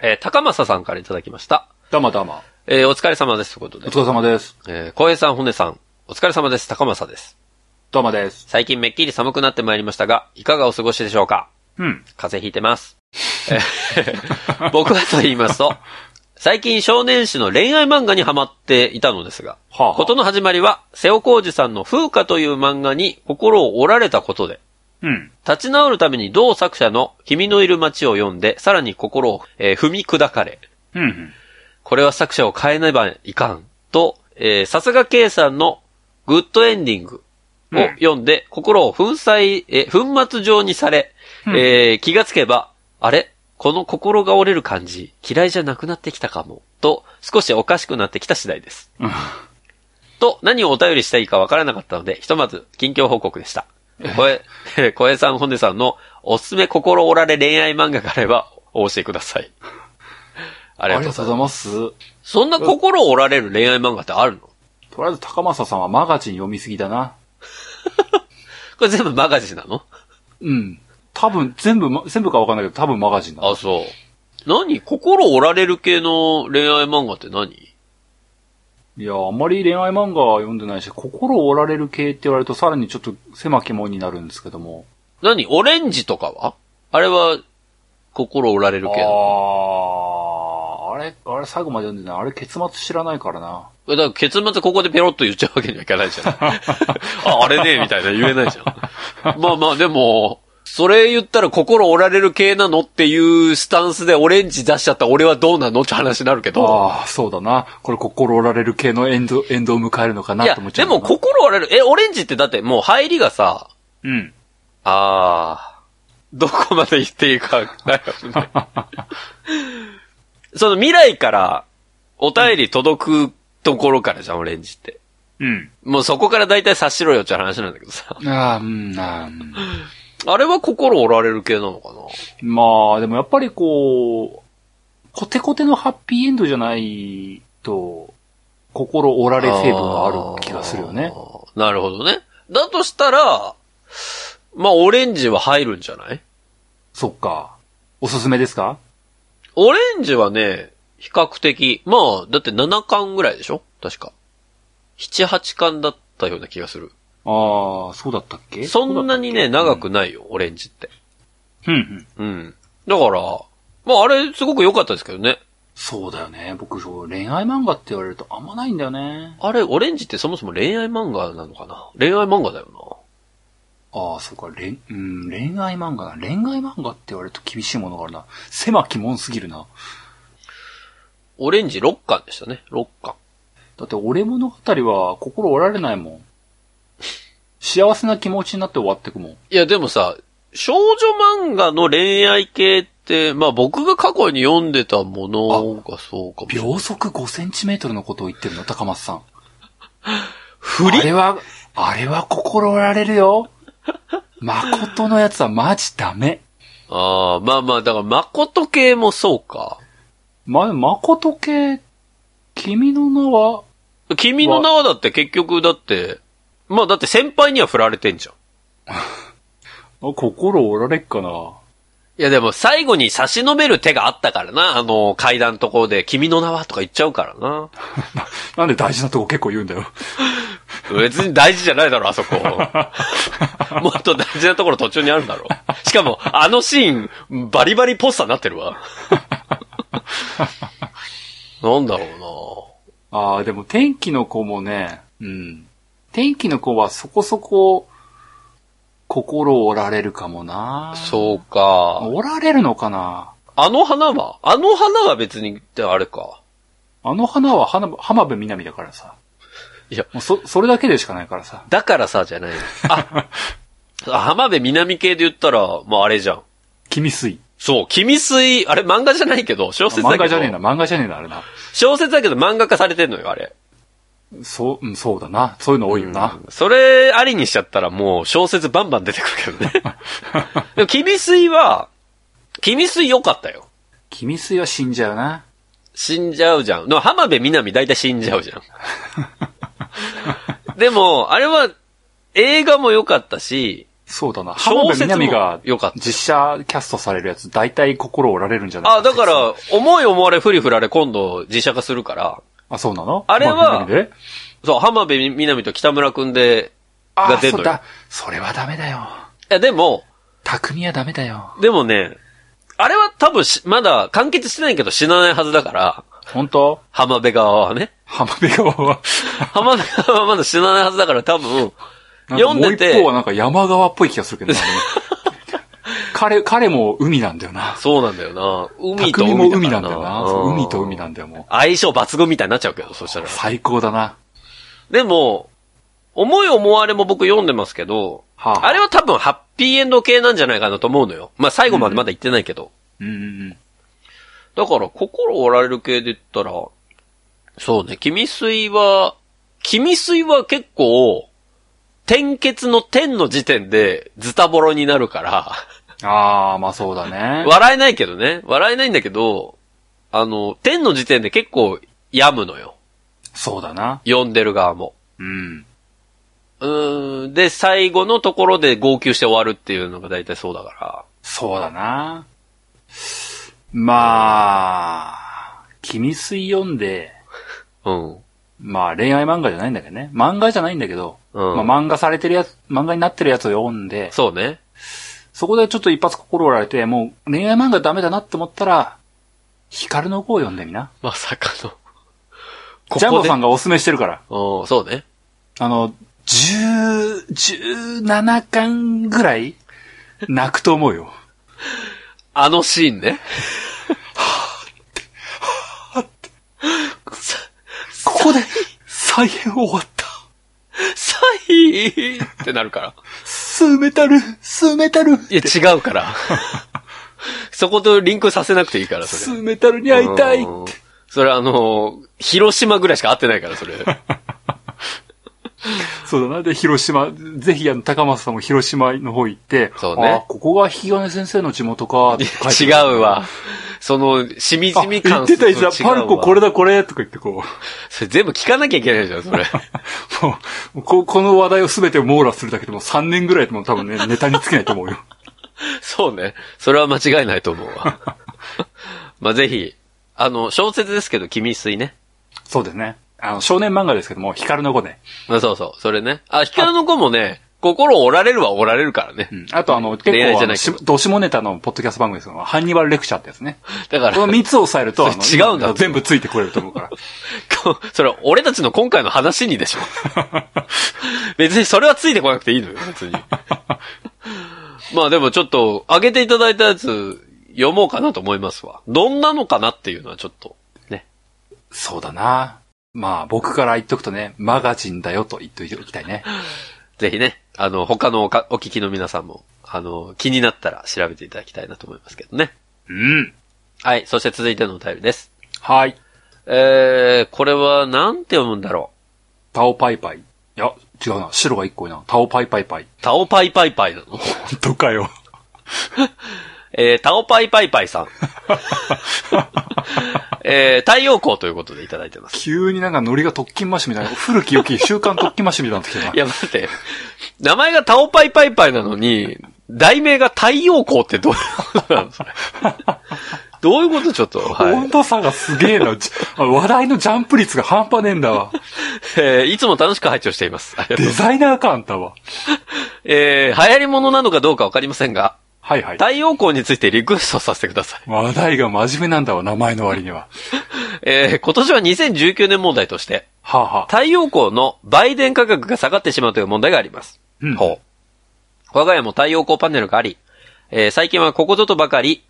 えー高政さんからいただきました。
だまだま。
えーお疲れ様ですということ
お
で。
疲れ様です。
えー、小平さん、骨さん、お疲れ様です。高政です。
だまです。
最近めっきり寒くなってまいりましたが、いかがお過ごしでしょうか
うん。
風邪ひいてます。 えー僕はと言いますと、最近少年誌の恋愛漫画にハマっていたのですが、
はあはあ
ことの始まりは、瀬尾浩二さんの風花という漫画に心を折られたことで、
うん。
立ち直るために同作者の君のいる街を読んで、さらに心を、えー踏み砕かれ、
うん。
これは作者を変えねばいかん、と、えーさすが K さんのグッドエンディングを
うん
読んで、心を粉砕、えー粉末状にされ、
うん
えー気がつけば、あれこの心が折れる感じ、嫌いじゃなくなってきたかも、と、少しおかしくなってきた次第です。
うん
と、何をお便りしたいかわからなかったので、ひとまず、近況報告で した。小江、小江さん、本音さんの、おすすめ心折られ恋愛漫画があれば、お教えくだ さい。あ
あ
り
り
が
が
と
と
う
う
ご
ご
ざいま
ざ
す
い。ます。
そんな心折られる恋愛漫画ってあるの
とりあえず高政さんはマガジン読みすぎだな。
これ全部マガジンなの
うん。多分、全部ま、全部かわかんないけど、多分マガジンだな。
あ、そう。何心折られる系の恋愛漫画って何
いや、あんまり恋愛漫画は読んでないし、心を折られる系って言われるとさらにちょっと狭き門になるんですけども。
何オレンジとかはあれは、心折られる系なの
あー、あれ、あれ最後まで読んでない。あれ結末知らないからな。
だから結末ここでペロッと言っちゃうわけにはいかないじ ゃん。あ、あれねみたいな言えないじゃん。まあまあでも、それ言ったら心折られる系なのっていうスタンスでオレンジ出しちゃった俺はどうなのって話になるけど。
あー、そうだな。これ心折られる系のエンド、エンドを迎えるのか
い
な
や、
と思っちゃ
で
うな。
も心折られる、え、オレンジってだってもう入りがさ、
うん。
ああ。どこまで言っていいか、だよね。その未来から、お便り届くところからじゃん、オレンジって。
うん。
もうそこから大体察しろよって話なんだけどさ。
あー、うん、あーうん
あれは心折られる系なのかな
まあ、でもやっぱりこう、コテコテのハッピーエンドじゃないと、心折られ成分はある気がするよね。。
あーなるほどね。だとしたら、まあ、オレンジは入るんじゃない
そっか。おすすめですか
オレンジはね、比較的、まあ、だって7巻ぐらいでしょ確か。7、8巻だったような気がする。
ああ、そうだったっけ
そんなにね、長く
うん
ないよ、オレンジって。
うん、う
う
ん。
ん。だから、まああれ、すごく良かったですけどね。
そうだよね。僕、そう恋愛漫画って言われるとあんまないんだよね。
あれ、オレンジってそもそも恋愛漫画なのかな恋愛漫画だよ
ああ、そうか、恋、うん、恋愛漫画な。恋愛漫画って言われると厳しいものがあるな。狭き門すぎるな。
な。オレンジ6巻でしたね。6巻。
だって、俺物語は心折られないもん。幸せな気持ちになって終わってくもん。
いや、でもさ、少女漫画の恋愛系って、まあ僕が過去に読んでたものがそうかもしれない。
秒速5センチメートルのことを言ってるの、高松さん。
振
あれは、あれは心折られるよ。誠のやつはマジダメ。
ああ、まあまあ、だから、誠系もそうか。
ま、誠系、君の名は、
君の名はだって結局、だって、まあだって先輩には振られてんじゃん。
あ心折られっかな。
いやでも最後に差し伸べる手があったからな、あの階段のところで君の名はとか言っちゃうからな。
なんで大事なとこ結構言うんだよ。
別に大事じゃないだろ、あそこ。もっと大事なところ途中にあるだろ。しかも、あのシーン、バリバリポスターになってるわ。なんだろ
ああ、でも天気の子もね、うん。天気の子はそこそこ、心折られるかもな
うな。。そうか。
折られるのかな。
あの花はあの花は別に、あれか。
あの花は花浜辺美波だからさ。
いや
もうそ、それだけでしかないからさ。
だからさ、じゃないの。あ、浜辺南系で言ったら、まああれじゃん。
君水。
そう、君水、あれ漫画じゃないけど、小説だけ
漫
ど。
画じゃねえな、漫画じゃねえな、あれな。
小説だけど漫画化されてんのよ、あれ。
そう、うん、そうだな。そういうの多いよな。
それありにしちゃったらもう小説バンバン出てくる けどね。でも、君水は、君水良かったよ。
君水は死んじゃうな。
死んじゃうじゃん。でも浜辺美波大体死んじゃう じゃん。でも、あれは、映画も良かったし、
そうだな。
小
浜辺
説
美波が
も良かった。
実写キャストされるやつ、大体心折られるんじゃない
あ、だか。ら、思い思われふりふられ今度実写化するから、
あ、そうなの
あれは
浜辺美波で
そう、浜辺美波と北村くんで、が
あ、
出る
そ
の
う
よ。
だ。それはダメだよ。
いや、でも、
匠はダメだよ。
でもね、あれは多分しまだ完結してないけど死なないはずだから、
本当
浜辺側 はね。
浜辺川 は。
浜辺側はまだ死なないはずだから多分、
なんか
読んで
もう一方は
て、
なんか山川っぽい気がするけどな。でも彼、彼も海なんだよな。
そうなんだよな。海と
匠も海
海だ
なん
か
だ
ら
よ
な。
な。そう海と海
だ。
なんだよ、も
相性抜群みたいになっちゃうけど、そした
う。
ら。
最高だな。
でも、思い思われも僕読んでますけど、
はあ
あれは多分ハッピーエンド系なんじゃないかなと思うのよ。まあ最後までまだ言ってないけど。
うんうんうん。
だから、心折られる系で言ったら、そうね、君水は、君水は結構、点結の点の時点でズタボロになるから、
あー、まあそうだね。
笑えないけどね、笑えないんだけど、あの、点の時点で結構病むのよ。
そうだな。
読んでる側も。
うん。
うーん、で、最後のところで号泣して終わるっていうのが大体そうだか
そうだな。まあ、君水読んで、
ら。うん。
まあ恋愛漫画じゃないんだけどね。漫画じゃないんだけど、
うん
まあ漫画されてるやつ、漫画になってるやつを読んで、
そうね。
そこでちょっと一発心折られて、もう恋愛漫画ダメだなって思ったら、光の子を読んでみな。
まさかの。
ジャンボさ
うん
がおすすめしてるから。
ん、そうね。
あの、十、十七巻ぐらい泣くと思うよ。
あのシーンね。さ
ここで、再編終わった。
サイーってなるから。
スーメタル、スーメタ
い
ル、
や、違うから。 そことリンクさせなくていいから、
ス
それ。
ーメタルに会いたい。
うんそれあのー、広島ぐらいしか会ってないから、それ。
そうだな。で、広島、ぜひ、あの、高松さんも広島の方行って、
そうね
あ、ここが引き金先生の地元か、とか
違うわ。その、しみじみ
あ言
感
ってた言って
そ
た、
う違うわ
パルコこれだこれ、とか言ってこう。
それ全部聞かなきゃいけないじゃん、そ れ。
もう、ここの話題を全て網羅するだけでも3年ぐらいでも多 分ね、ネタにつけないと思うよ。
そうね。それは間違いないと思うわ。 まあ、ぜひ、あの、小説ですけど、君水ね。
そうですね。あの、少年漫画ですけども、光の子ね。
まあ、そうそう、それね。あ、ヒカルの子もね、心折られるは折られるからね
う。ん。あとあの、結
恋愛じ
構あ
ゃな
の
いけ
し
ど、
どしもネタのポッドキャスト番組ですのハンニバルレクチャーってやつね。
だから、
この3つ押さえると、あの
それ違うんだ
全部ついてこれると思うから。
こ うそれ、俺たちの今回の話にでしょ。別にそれはついてこなくていいのよ、別に。まあでもちょっと、上げていただいたやつ、読もうかなと思いますわ。どんなのかなっていうのはちょっと、ね。
そうだな。まあ、僕から言っとくとね、マガジンだよと言っといておきたいね。
ぜひね、あの、他のおかお聞きの皆さんも、あの、気になったら調べていただきたいなと思いますけどね。
うん。
はい、そして続いてのお便りです。
はい。
えー、これは、なんて読むんだろ
タオパイパイ。いや、違うな。白が1個いいな。タオパイパイパイ。
う。タオパイパイパイなの
本当かよ。
えー、タオパイパイパイさ ん。えー、太陽光ということでいただいてます。
急になんかノリが特勤マッシュみたいな。古き良 き週刊特勤マッシュみたいになってきたな。
いや、待って。名前がタオパイパイパイなのに、題名が太陽光ってどういうことなのそれ。 どういうことちょっと。はい
温。度差がすげえな。じあ話題のジャンプ率が半端ねえんだ わ。
えーいつも楽しく拝聴しています。ありがとう
デザイナーかあんたは。
えー、流行り物なのかどうかわかりませんが、
はいはい。
太陽光についてリクエストさせてください。
話題が真面目なんだわ、名前の割には。
えー、今年は2019年問題として、
はあ、はあ、
太陽光の売電価格が下がってしまうという問題があります。
うん
ほう。我が家も太陽光パネルがあり、えー最近はここぞとばかり、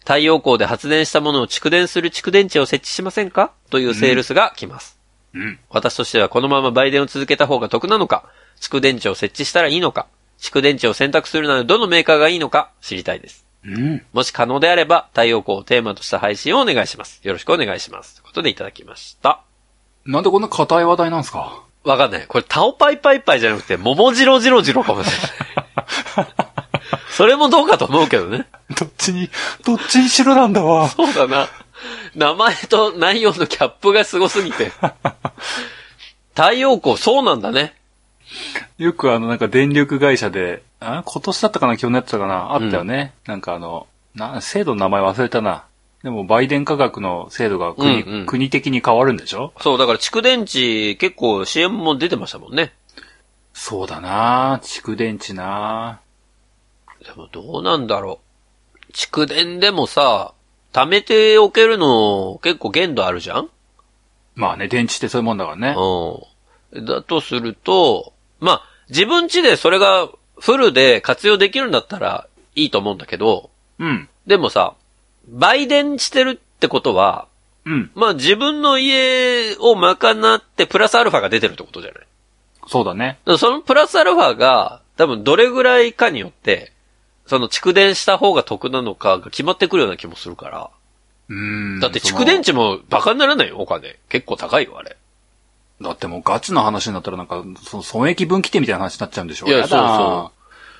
太陽光で発電したものを蓄電する蓄電池を設置しませんかというセールスが来ます。
うん。
私としてはこのまま売電を続けた方が得なのか、蓄電池を設置したらいいのか、蓄電池を選択するならどのメーカーがいいのか知りたいです。
うん。
もし可能であれば、太陽光をテーマとした配信をお願いします。よろしくお願いします。ということでいただきました。
なんでこんな硬い話題なんです か
わかんない。これ、タオパイパイパイじゃなくて、桃次郎次郎次郎かもしれない。それもどうかと思うけどね。
どっちに、どっちにしろなんだわ。
そうだな。名前と内容のキャップがすごすぎて。太陽光、そうなんだね。
よくあの、なんか電力会社で、あ今年だったかな去年だったかなあったよね。なんかあの、な、制度の名前忘れたな。でも、売電価格の制度が国、
うんうん
国的に変わるんでしょ
そう、だから蓄電池、結構支援も出てましたもんね。
そうだな蓄電池な
でもどうなんだろう。蓄電でもさ、貯めておけるの結構限度あるじゃん
まあね、電池ってそういうもんだからね。
うん。だとすると、まあ、自分家でそれがフルで活用できるんだったらいいと思うんだけど、
うん。
でもさ、売電してるってことは、
うん。
まあ自分の家を賄ってプラスアルファが出てるってことじゃないだか
そうだね。
らそのプラスアルファが多分どれぐらいかによって、その蓄電した方が得なのかが決まってくるような気もするから。
うん。
だって
その
蓄電池もバカにならないよ、お金。結構高いよ、あれ。
だってもうガチの話になったらなんか、その損益分岐点みたいな話になっちゃうんでしょ
いや
だ。
そうそ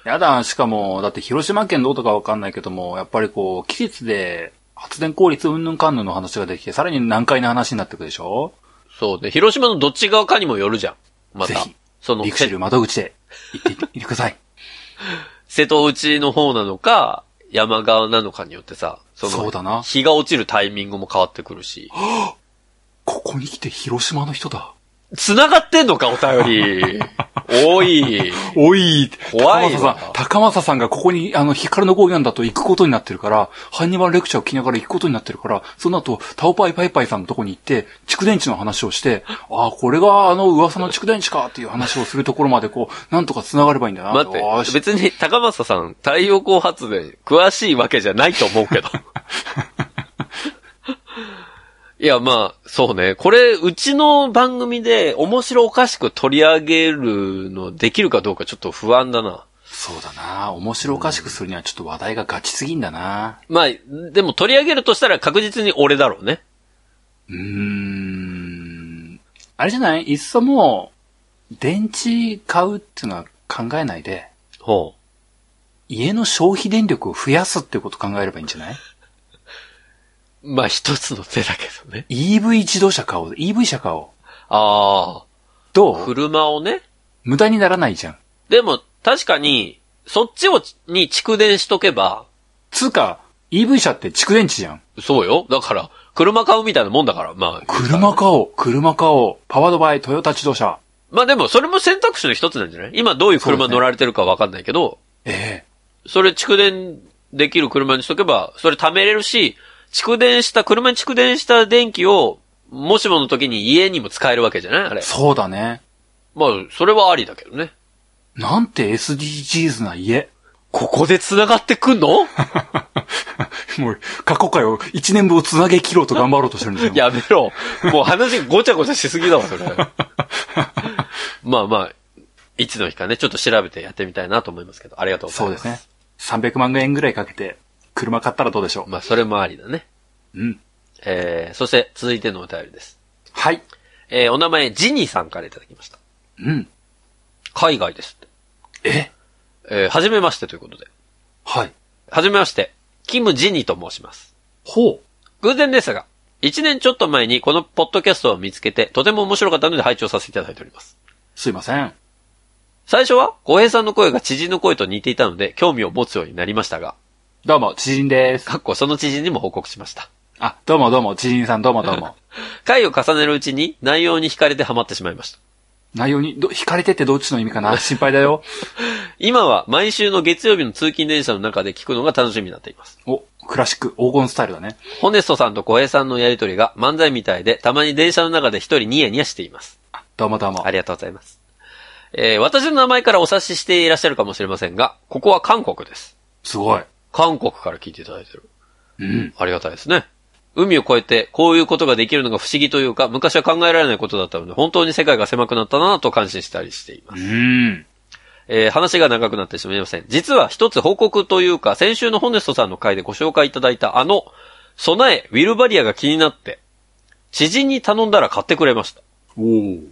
う
やだ、しかも、だって広島県どうとかわかんないけども、やっぱりこう、季節で発電効率うんぬんかんぬんの話ができて、さらに難解な話になってくるでしょ
そうで、広島のどっち側かにもよるじゃん。また。
ぜひ
その、
陸シ
せ
ル窓口で行っていてください。
瀬戸内の方なのか、山側なのかによってさ、その、
そうだな
日が落ちるタイミングも変わってくるし。
ここに来て広島の人だ。
繋がってんのか、お 便り。多い。
おい
怖い
高政さ
わ
ん、高政さんがここに、あの、光の合意なんだと行くことになってるから、ハンニバルレクチャーを聞きながら行くことになってるから、その後、タオパイパイパイさんのとこに行って、蓄電池の話をして、ああ、これがあの噂の蓄電池かっていう話をするところまでこう、なんとか繋がればいいんだな。
待っ
よー
て、
し
別に高政さん、太陽光発電、詳しいわけじゃないと思う けど。いや、まあ、そうね。これ、うちの番組で面白おかしく取り上げるのできるかどうかちょっと不安だな。
そうだな。面白おかしくするにはちょっと話題がガチすぎんだな。
まあ、でも取り上げるとしたら確実に俺だろうね。
うーん。あれじゃないいっそもう、電池買うっていうのは考えないで、
ほう。
家の消費電力を増やすっていうことを考えればいいんじゃない
まあ、一つの手だけどね。
EV 自動車買おう。EV 車買おう。
あ
ど
あ、
う
車をね。
無駄にならないじゃん。
でも、確かに、そっちを、に蓄電しとけば、
つうか、EV 車って蓄電池じゃん。
そうよ。だから、車買うみたいなもんだから、まあ。
車買おう。車買おう。パワードバイトヨタ自動車。
まあでも、それも選択肢の一つなんじゃない今どういう車乗られてるかわかんないけど、
え
それ蓄電できる車にしとけば、それ貯めれるし、蓄電した、車に蓄電した電気を、もしもの時に家にも使えるわけじゃないあれ
え。。そうだね。
まあ、それはありだけどね。
なんて SDGs な家。
ここで繋がってくんの
もう、過去回を1年分を繋げ切ろうと頑張ろうとしてるんですよ。
やめろ。もう話ごちゃごちゃしすぎだわ、 それ。まあまあ、いつの日かね、ちょっと調べてやってみたいなと思いますけど、ありがとうござい
そう
ま。
ですすね。300万円ぐらいかけて、車買ったらどうでしょ
まあ、それもありだね。
う。うん。
えー、そして続いてのお便りです。
はい。
えー、お名前、ジニーさんからいただきました。
うん。
海外ですって。
え
えー、はじめましてということで。
はい。
はじめまして、キム・ジニーと申します。
ほ
偶然ですが、1年ちょっと前にこのポッドキャストを見つけて、とても面白かったので拝聴させていただいております。
う。すいません。
最初は、小平さんの声が知人の声と似ていたので、興味を持つようになりましたが、
どうも、知人です。
かっこその知人にも報告しました。
あ、どうもどうも、知人さんどうもどう も。
回を重ねるうちに内容に惹かれてハマってしまいました。
内容に、ど、惹かれてってどっちの意味か な心配だよ。
今は毎週の月曜日の通勤電車の中で聞くのが楽しみになっています。
お、クラシック、黄金スタイルだね。
ホネストさんと小平さんのやりとりが漫才みたいで、たまに電車の中で一人ニヤニヤしています。
あどうもどうも
あ。りがとうございます。えー私の名前からお察ししていらっしゃるかもしれませんが、ここは韓国です。
すごい。
韓国から聞いていただいてる。
うん。
ありがたいですね。海を越えて、こういうことができるのが不思議というか、昔は考えられないことだったので、本当に世界が狭くなったなぁと感心したりしています。
うん。
えー話が長くなってしまいません。実は一つ報告というか、先週のホネストさんの回でご紹介いただいたあの、備え、ウィルバリアが気になって、知人に頼んだら買ってくれました。
おー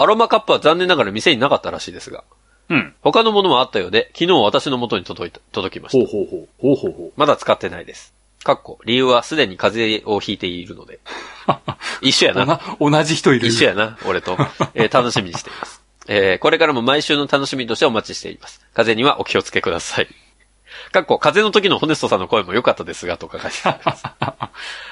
アロマカップは残念ながら店になかったらしいですが、
うん。
他のものもあったようで、昨日私の元に届いた、届きました。
うほうほう。ほうほうほ
まだ使ってないです。かっこ、理由はすでに風邪をひいているの で。一緒や
う。お
な。
な、同じ人いる。
一緒やな、俺と。えー楽しみにしています。えーこれからも毎週の楽しみとしてお待ちしています。風邪にはお気をつけください。かっこ、風邪の時のホネストさんの声も良かったですが、とか書いてあり ます。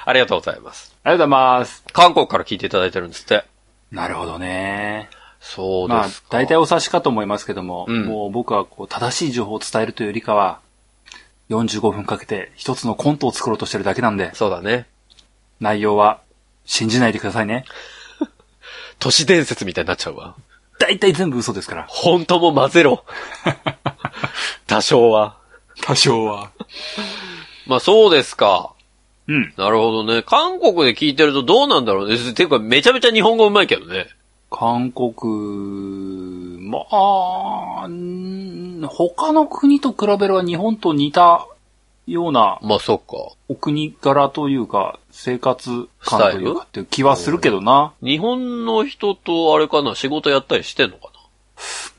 ありがとうございます。
ありがとうございます。
韓国から聞いていただいてるんですって。
なるほどね。
そう
ま
で
あ
す、か。
大体お察しかと思いますけども、
うん
もう僕はこう、正しい情報を伝えるというよりかは、45分かけて一つのコントを作ろうとしてるだけなんで、
そうだね。
内容は信じないでくださいね。
都市伝説みたいになっちゃうわ。
大体全部嘘ですから。
本当も混ぜ ろ。多少は。
多少は。
まあそうですか。
うん。
なるほどね。韓国で聞いてるとどうなんだろうね。ていうかめちゃめちゃ日本語うまいけどね。
韓国、まあ、うん他の国と比べれば日本と似たような
まあそっか。
お国柄というか、生活感というかっていう気はするけどな。
日本の人とあれかな、仕事やったりしてんのかな。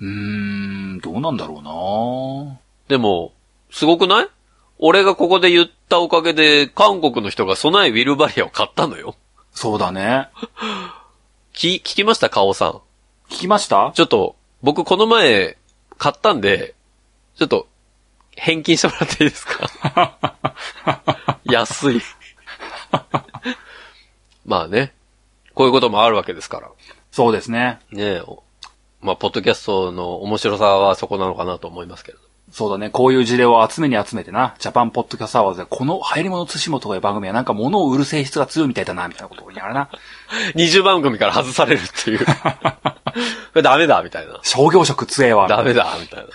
うーん、どうなんだろうな
でも、すごくない俺がここで言ったおかげで、韓国の人が備えウィルバリアを買ったのよ。
そうだね。
き、聞きましたカオさん。
聞きました
ちょっと、僕この前、買ったんで、ちょっと、返金してもらっていいですか 安い。まあね。こういうこともあるわけですから。
そうですね。
ねえ。おまあ、ポッドキャストの面白さはそこなのかなと思いますけれど。
そうだね。こういう事例を集めに集めてな。ジャパンポッドキャストアワーズで、この流行り物寿司もとかいう番組はなんか物を売る性質が強いみたいだな、みたいなことを言いながらな。
20番組から外されるっていう。こ れダメだ、みたいな。
商業職強えわ。
ダメだ、みたいな。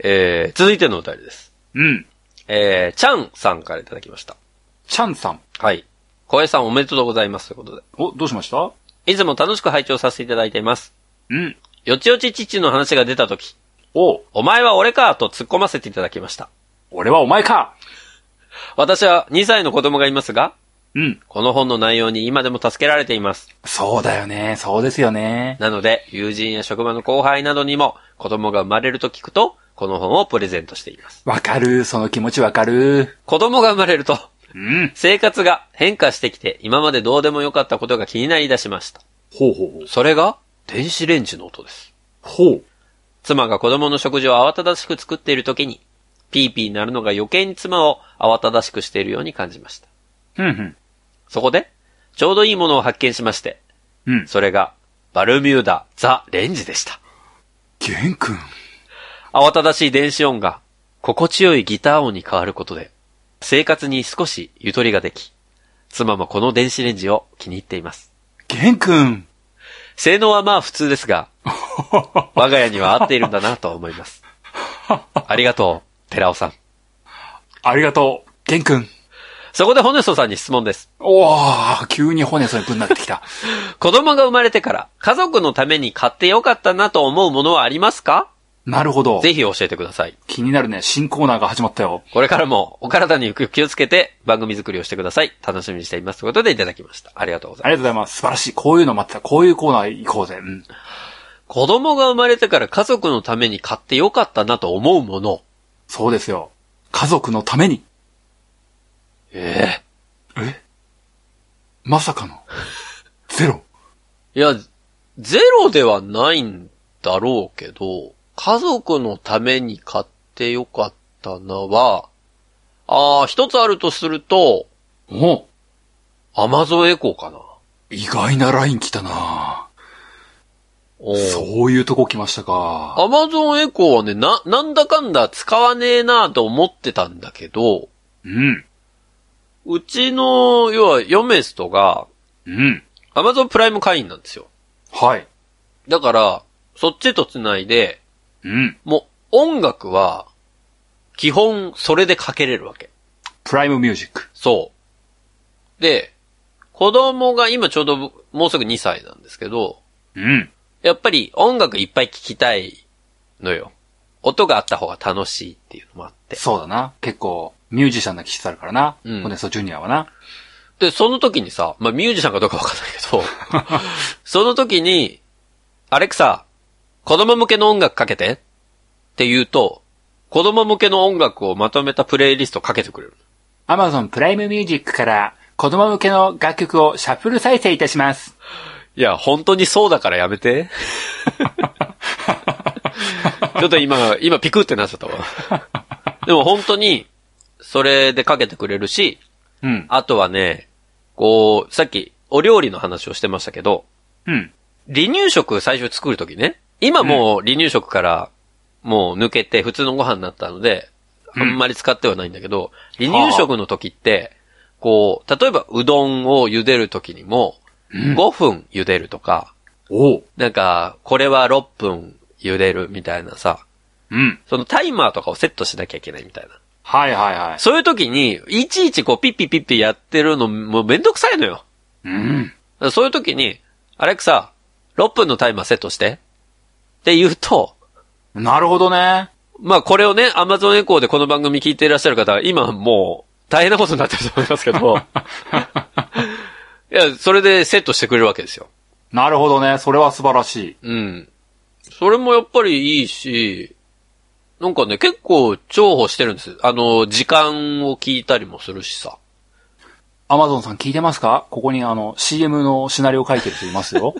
えー、続いてのお便りです。
うん。
えー、チャンさんからいただきました。
チャンさん。
はい。小江さんおめでとうございますということで。
お、どうしました
いつも楽しく拝聴させていただいています。
うん。
よちよち父の話が出たとき、
お、
お前は俺かと突っ込ませていただきました。
俺はお前か
私は2歳の子供がいますが、
うん。
この本の内容に今でも助けられています。
そうだよね。そうですよね。
なので、友人や職場の後輩などにも、子供が生まれると聞くと、この本をプレゼントしています。
わかる。その気持ちわかる。
子供が生まれると、
うん。
生活が変化してきて、今までどうでもよかったことが気になりだしました。
ほうほうほう。
それが、電子レンジの音です。
ほう。
妻が子供の食事を慌ただしく作っている時に、ピーピー鳴るのが余計に妻を慌ただしくしているように感じました。
うんうん。
そこで、ちょうどいいものを発見しまして、
うん。
それが、バルミューダ、ザ・レンジでした。
玄君。
慌ただしい電子音が、心地よいギター音に変わることで、生活に少しゆとりができ、妻もこの電子レンジを気に入っています。
玄君。
性能はまあ普通ですが、我が家には合っているんだなと思います。ありがとう、寺尾さん。
ありがとう。玄君。
そこでホネストさんに質問です。
おー、急に骨そにぶんなってき た。
子供が生まれてから家族のために買ってよかったなと思うものはありますか
なるほど。
ぜひ教えてください。
気になるね。新コーナーが始まったよ。
これからもお体に気をつけて番組作りをしてください。楽しみにしています。ということでいただきました。ありがとうございます
ありがとうございます。素晴らしい。こういうの待ってた。こういうコーナー行こうぜ。うん。
子供が生まれてから家族のために買ってよかったなと思うもの。
そうですよ。家族のために。
え
えまさか の。ゼロ。
えいや、ゼロではないんだろうけど、家族のために買ってよかったなは、ああ、一つあるとすると、
お
アマゾンエコーかな。
意外なライン来たな
おう
そういうとこ来ましたか。
アマゾンエコーはね、な、なんだかんだ使わねえなと思ってたんだけど、
うん。
うちの、要は、ヨメストが、
うん。
アマゾンプライム会員なんですよ。
はい。
だから、そっちと繋いで、
うん。
もう音楽は、基本それでかけれるわけ。
プライムミュージック。
そう。で、子供が今ちょうどもうすぐ2歳なんですけど、
うん。
やっぱり音楽いっぱい聴きたいのよ。音があった方が楽しいっていうのもあって。
そうだな。結構、ミュージシャンな気質あるからな。
うん
ホネストジュニアはな。
で、その時にさ、まあ、ミュージシャンかどうかわかんないけど、その時に、アレクサ、子供向けの音楽かけてって言うと、子供向けの音楽をまとめたプレイリストかけてくれる。
アマゾンプライムミュージックから、子供向けの楽曲をシャッフル再生いたします。
いや、本当にそうだからやめ て。ちょっと今、今ピクってなっちゃったわ。でも本当に、それでかけてくれるし、
うん。
あとはね、こう、さっき、お料理の話をしてましたけど、
うん。
離乳食最初作るときね、今もう離乳食から、もう抜けて普通のご飯になったので、
うん
あんまり使ってはないんだけど、離乳食の時って、こう、例えばうどんを茹でる時にも、
うん
5分茹でるとか、
おう。
なんか、これは6分茹でるみたいなさ、
うん。
そのタイマーとかをセットしなきゃいけないみたいな。
はいはいはい。
そういう時に、いちいちこうピッピッピッピやってるのもうめんどくさいのよ。
うん。
そういう時に、アレクサ、6分のタイマーセットして。って言うと、
なるほどね。
まあこれをね、アマゾンエコーでこの番組聞いていらっしゃる方は、今もう大変なことになってると思いますけど、いや、それでセットしてくれるわけですよ。
なるほどね。それは素晴らしい。
うん。それもやっぱりいいし、なんかね、結構重宝してるんです。あの、時間を聞いたりもするしさ。
アマゾンさん聞いてますかここにあの、CM のシナリオ書いてる人いま すよ。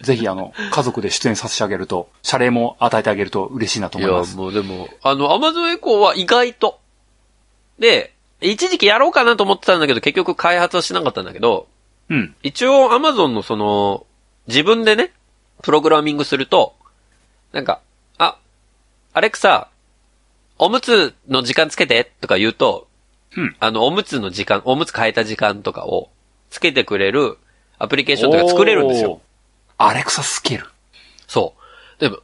ぜひあの、家族で出演させてあげると、謝礼も与えてあげると嬉しいなと
い
思い
や
ま、す。
もうでも、あの、アマゾンエコーは意外と。で、一時期やろうかなと思ってたんだけど、結局開発はしなかったんだけど、
うん。
一応アマゾンのその、自分でね、プログラミングすると、なんか、あ、アレクサ、おむつの時間つけてとか言うと、
うん
あの、おむつの時間、おむつ変えた時間とかをつけてくれるアプリケーションとか作れるんですよ。
おー。アレクサスキル。
そう。でも、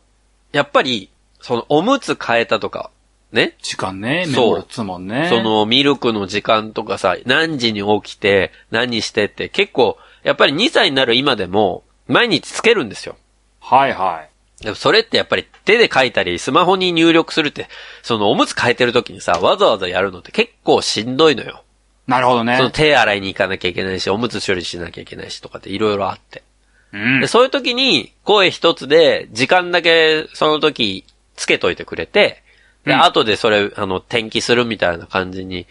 やっぱり、その、おむつ変えたとか、ね、
時間ね、
そう
メモるっつうもんね。
そ、のミルクの時間とかさ、何時に起きて、何してって、結構、やっぱり2歳になる今でも、毎日つけるんですよ。
はいはい。
でもそれってやっぱり手で書いたり、スマホに入力するって、そのおむつ変えてる時にさ、わざわざやるのって結構しんどいのよ。
なるほどね
そ。の手洗いに行かなきゃいけないし、おむつ処理しなきゃいけないしとかっていろいろあって。
うん
で、。そういう時に、声一つで、時間だけその時つけといてくれて、で、
うん
後でそれ、あの、転記するみたいな感じに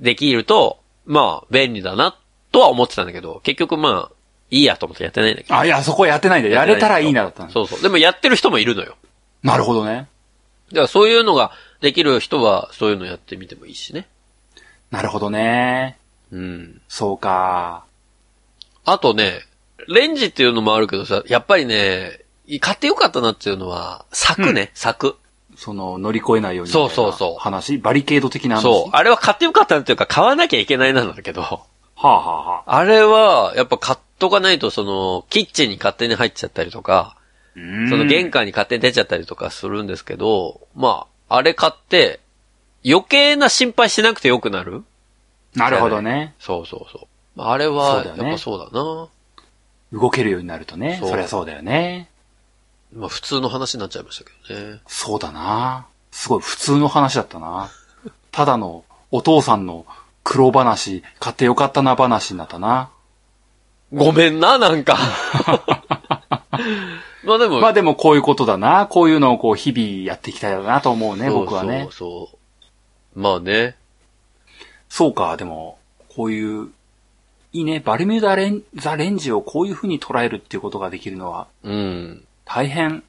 できると、まあ、便利だな、とは思ってたんだけど、結局まあ、いいやと思ってやってないんだけど。
あ、いや、そこはやってないんだ。やれたらいいなだったんだ
そうそう。でもやってる人もいるのよ。
なるほどね。
だからそういうのができる人は、そういうのやってみてもいいしね。
なるほどね。
うん。
そうか。
あとね、レンジっていうのもあるけどさ、やっぱりね、買ってよかったなっていうのは、柵ね、柵。
その、乗り越えないようにみたいな話。
そうそうそう
バリケード的な話。
そう。あれは買ってよかったなっていうか、買わなきゃいけないなんだけど、
はあ、はあはあ、
あれは、やっぱ買っとかないと、その、キッチンに勝手に入っちゃったりとか、そ
そ
の玄
関。
関に勝手に出ちゃったりとかするんですけど、まあ、あれ買って、余計な心配しなくてよくなる
なるほどね。
そうそうそう。あれ
そ
は、
うだ
や
よ
っ
ね
ぱそうだな。
動けるようになるとね。
そう
そりゃそうだよね。
まあ、普通の話になっちゃいましたけどね。
そうだな。すごい普通の話だったな。ただのお父さんの苦労話、買ってよかったな話になったな。
ごめんな、なん か。まあでも、
まあでもこういうことだな。こういうのをこう日々やっていきたいなと思うね、
そう
僕はね。
そうそう。まあね。
そうか、でも、こういう、いいね、バルミューダレンザレンジをこういう風に捉えるっていうことができるのは、
うん。
大変、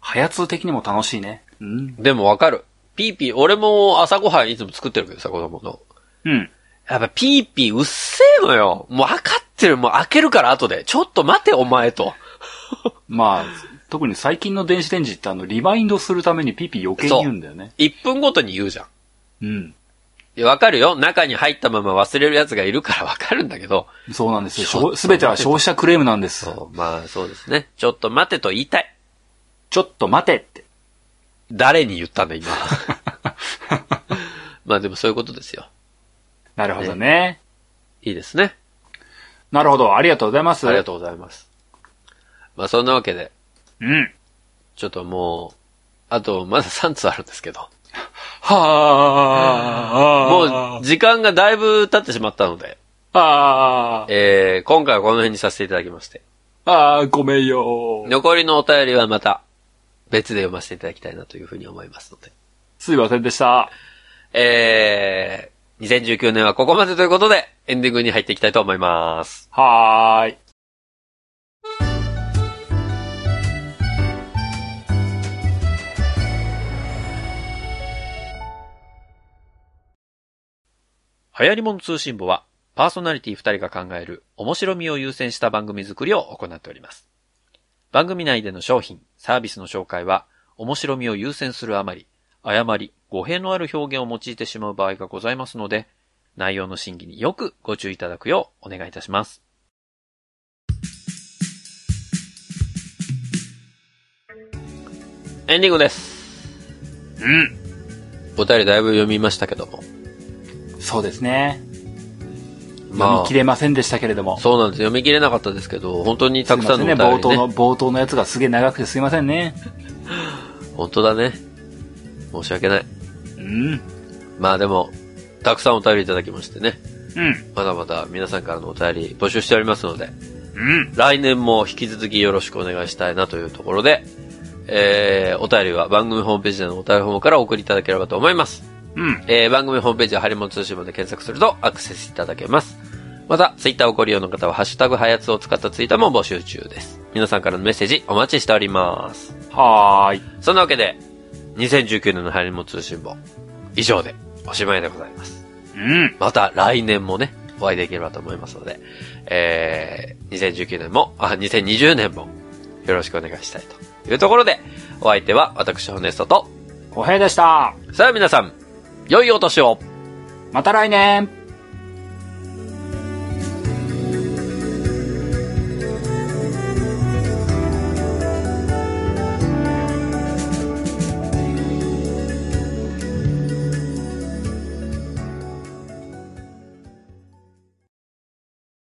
早通的にも楽しいね。うん。
でもわかる。ピーピー、俺も朝ごはんいつも作ってるけどさ、子供の。
うん。
やっぱピーピーうっせえのよ。もう分かってる。もう開けるから後で。ちょっと待て、お前と。
まあ、特に最近の電子レンジってあの、リマインドするためにピーピー余計に言うんだよね。
1分ごとに言うじゃん。
うん。
いや、わかるよ。中に入ったまま忘れる奴がいるからわかるんだけど。
そうなんです
ちょっと
よ。すべては消費者クレームなんです。
そう、まあそうですね。ちょっと待てと言いたい。
ちょっと待てって。
誰に言ったんだ、 今。まあでもそういうことですよ。
なるほどね。
いいですね。
なるほど。ありがとうございます。
ありがとうございます。まあそんなわけで、
う。うん。
ちょっともう、あとまだ3つあるんですけど。
はあ。
もう時間がだいぶ経ってしまったので、
あー
えー、今回はこの辺にさせていただきまして。
あー、ごめんよ。
残りのお便りはまた別で読ませていただきたいなというふうに思いますので。
すいませんでした。
えー、2019年はここまでということで、エンディングに入っていきたいと思います。
はーい。
流行り物通信簿は、パーソナリティ2人が考える面白みを優先した番組作りを行っております。番組内での商品、サービスの紹介は、面白みを優先するあまり、誤り、語弊のある表現を用いてしまう場合がございますので、内容の審議によくご注意いただくようお願いいたします。エンディングです。
うん。
お便りだいぶ読みましたけども。
そうですね。
ま
読
あ
み切れませんでしたけれども。
そうなんです。読み切れなかったですけど、本当にたくさんのお
すい
便
ませんね。冒
り
頭
ね。
の、冒頭のやつがすげえ長くてすいませんね。
本当だね。申し訳ない。
うん。
まあでも、たくさんお便りいただきましてね。
うん。
まだまだ皆さんからのお便り募集しておりますので、
うん。
来年も引き続きよろしくお願いしたいなというところで、えー、お便りは番組ホームページのお便りフォームからお送りいただければと思います。
うん。
えー、番組ホームページはハリモン通信簿で検索するとアクセスいただけます。また、ツイッターをご利用の方は、ハッシュタグハヤツを使ったツイートも募集中です。皆さんからのメッセージお待ちしております。
はーい。
そんなわけで、2019年のハリモン通信簿、以上でおしまいでございます。
うん。
また来年もね、お会いできればと思いますので、えー、2019年も、あ、2020年も、よろしくお願いしたいというところで、お相手は私、ホネストと、
お部屋でした。
さあ皆さん、良いお年を
また来年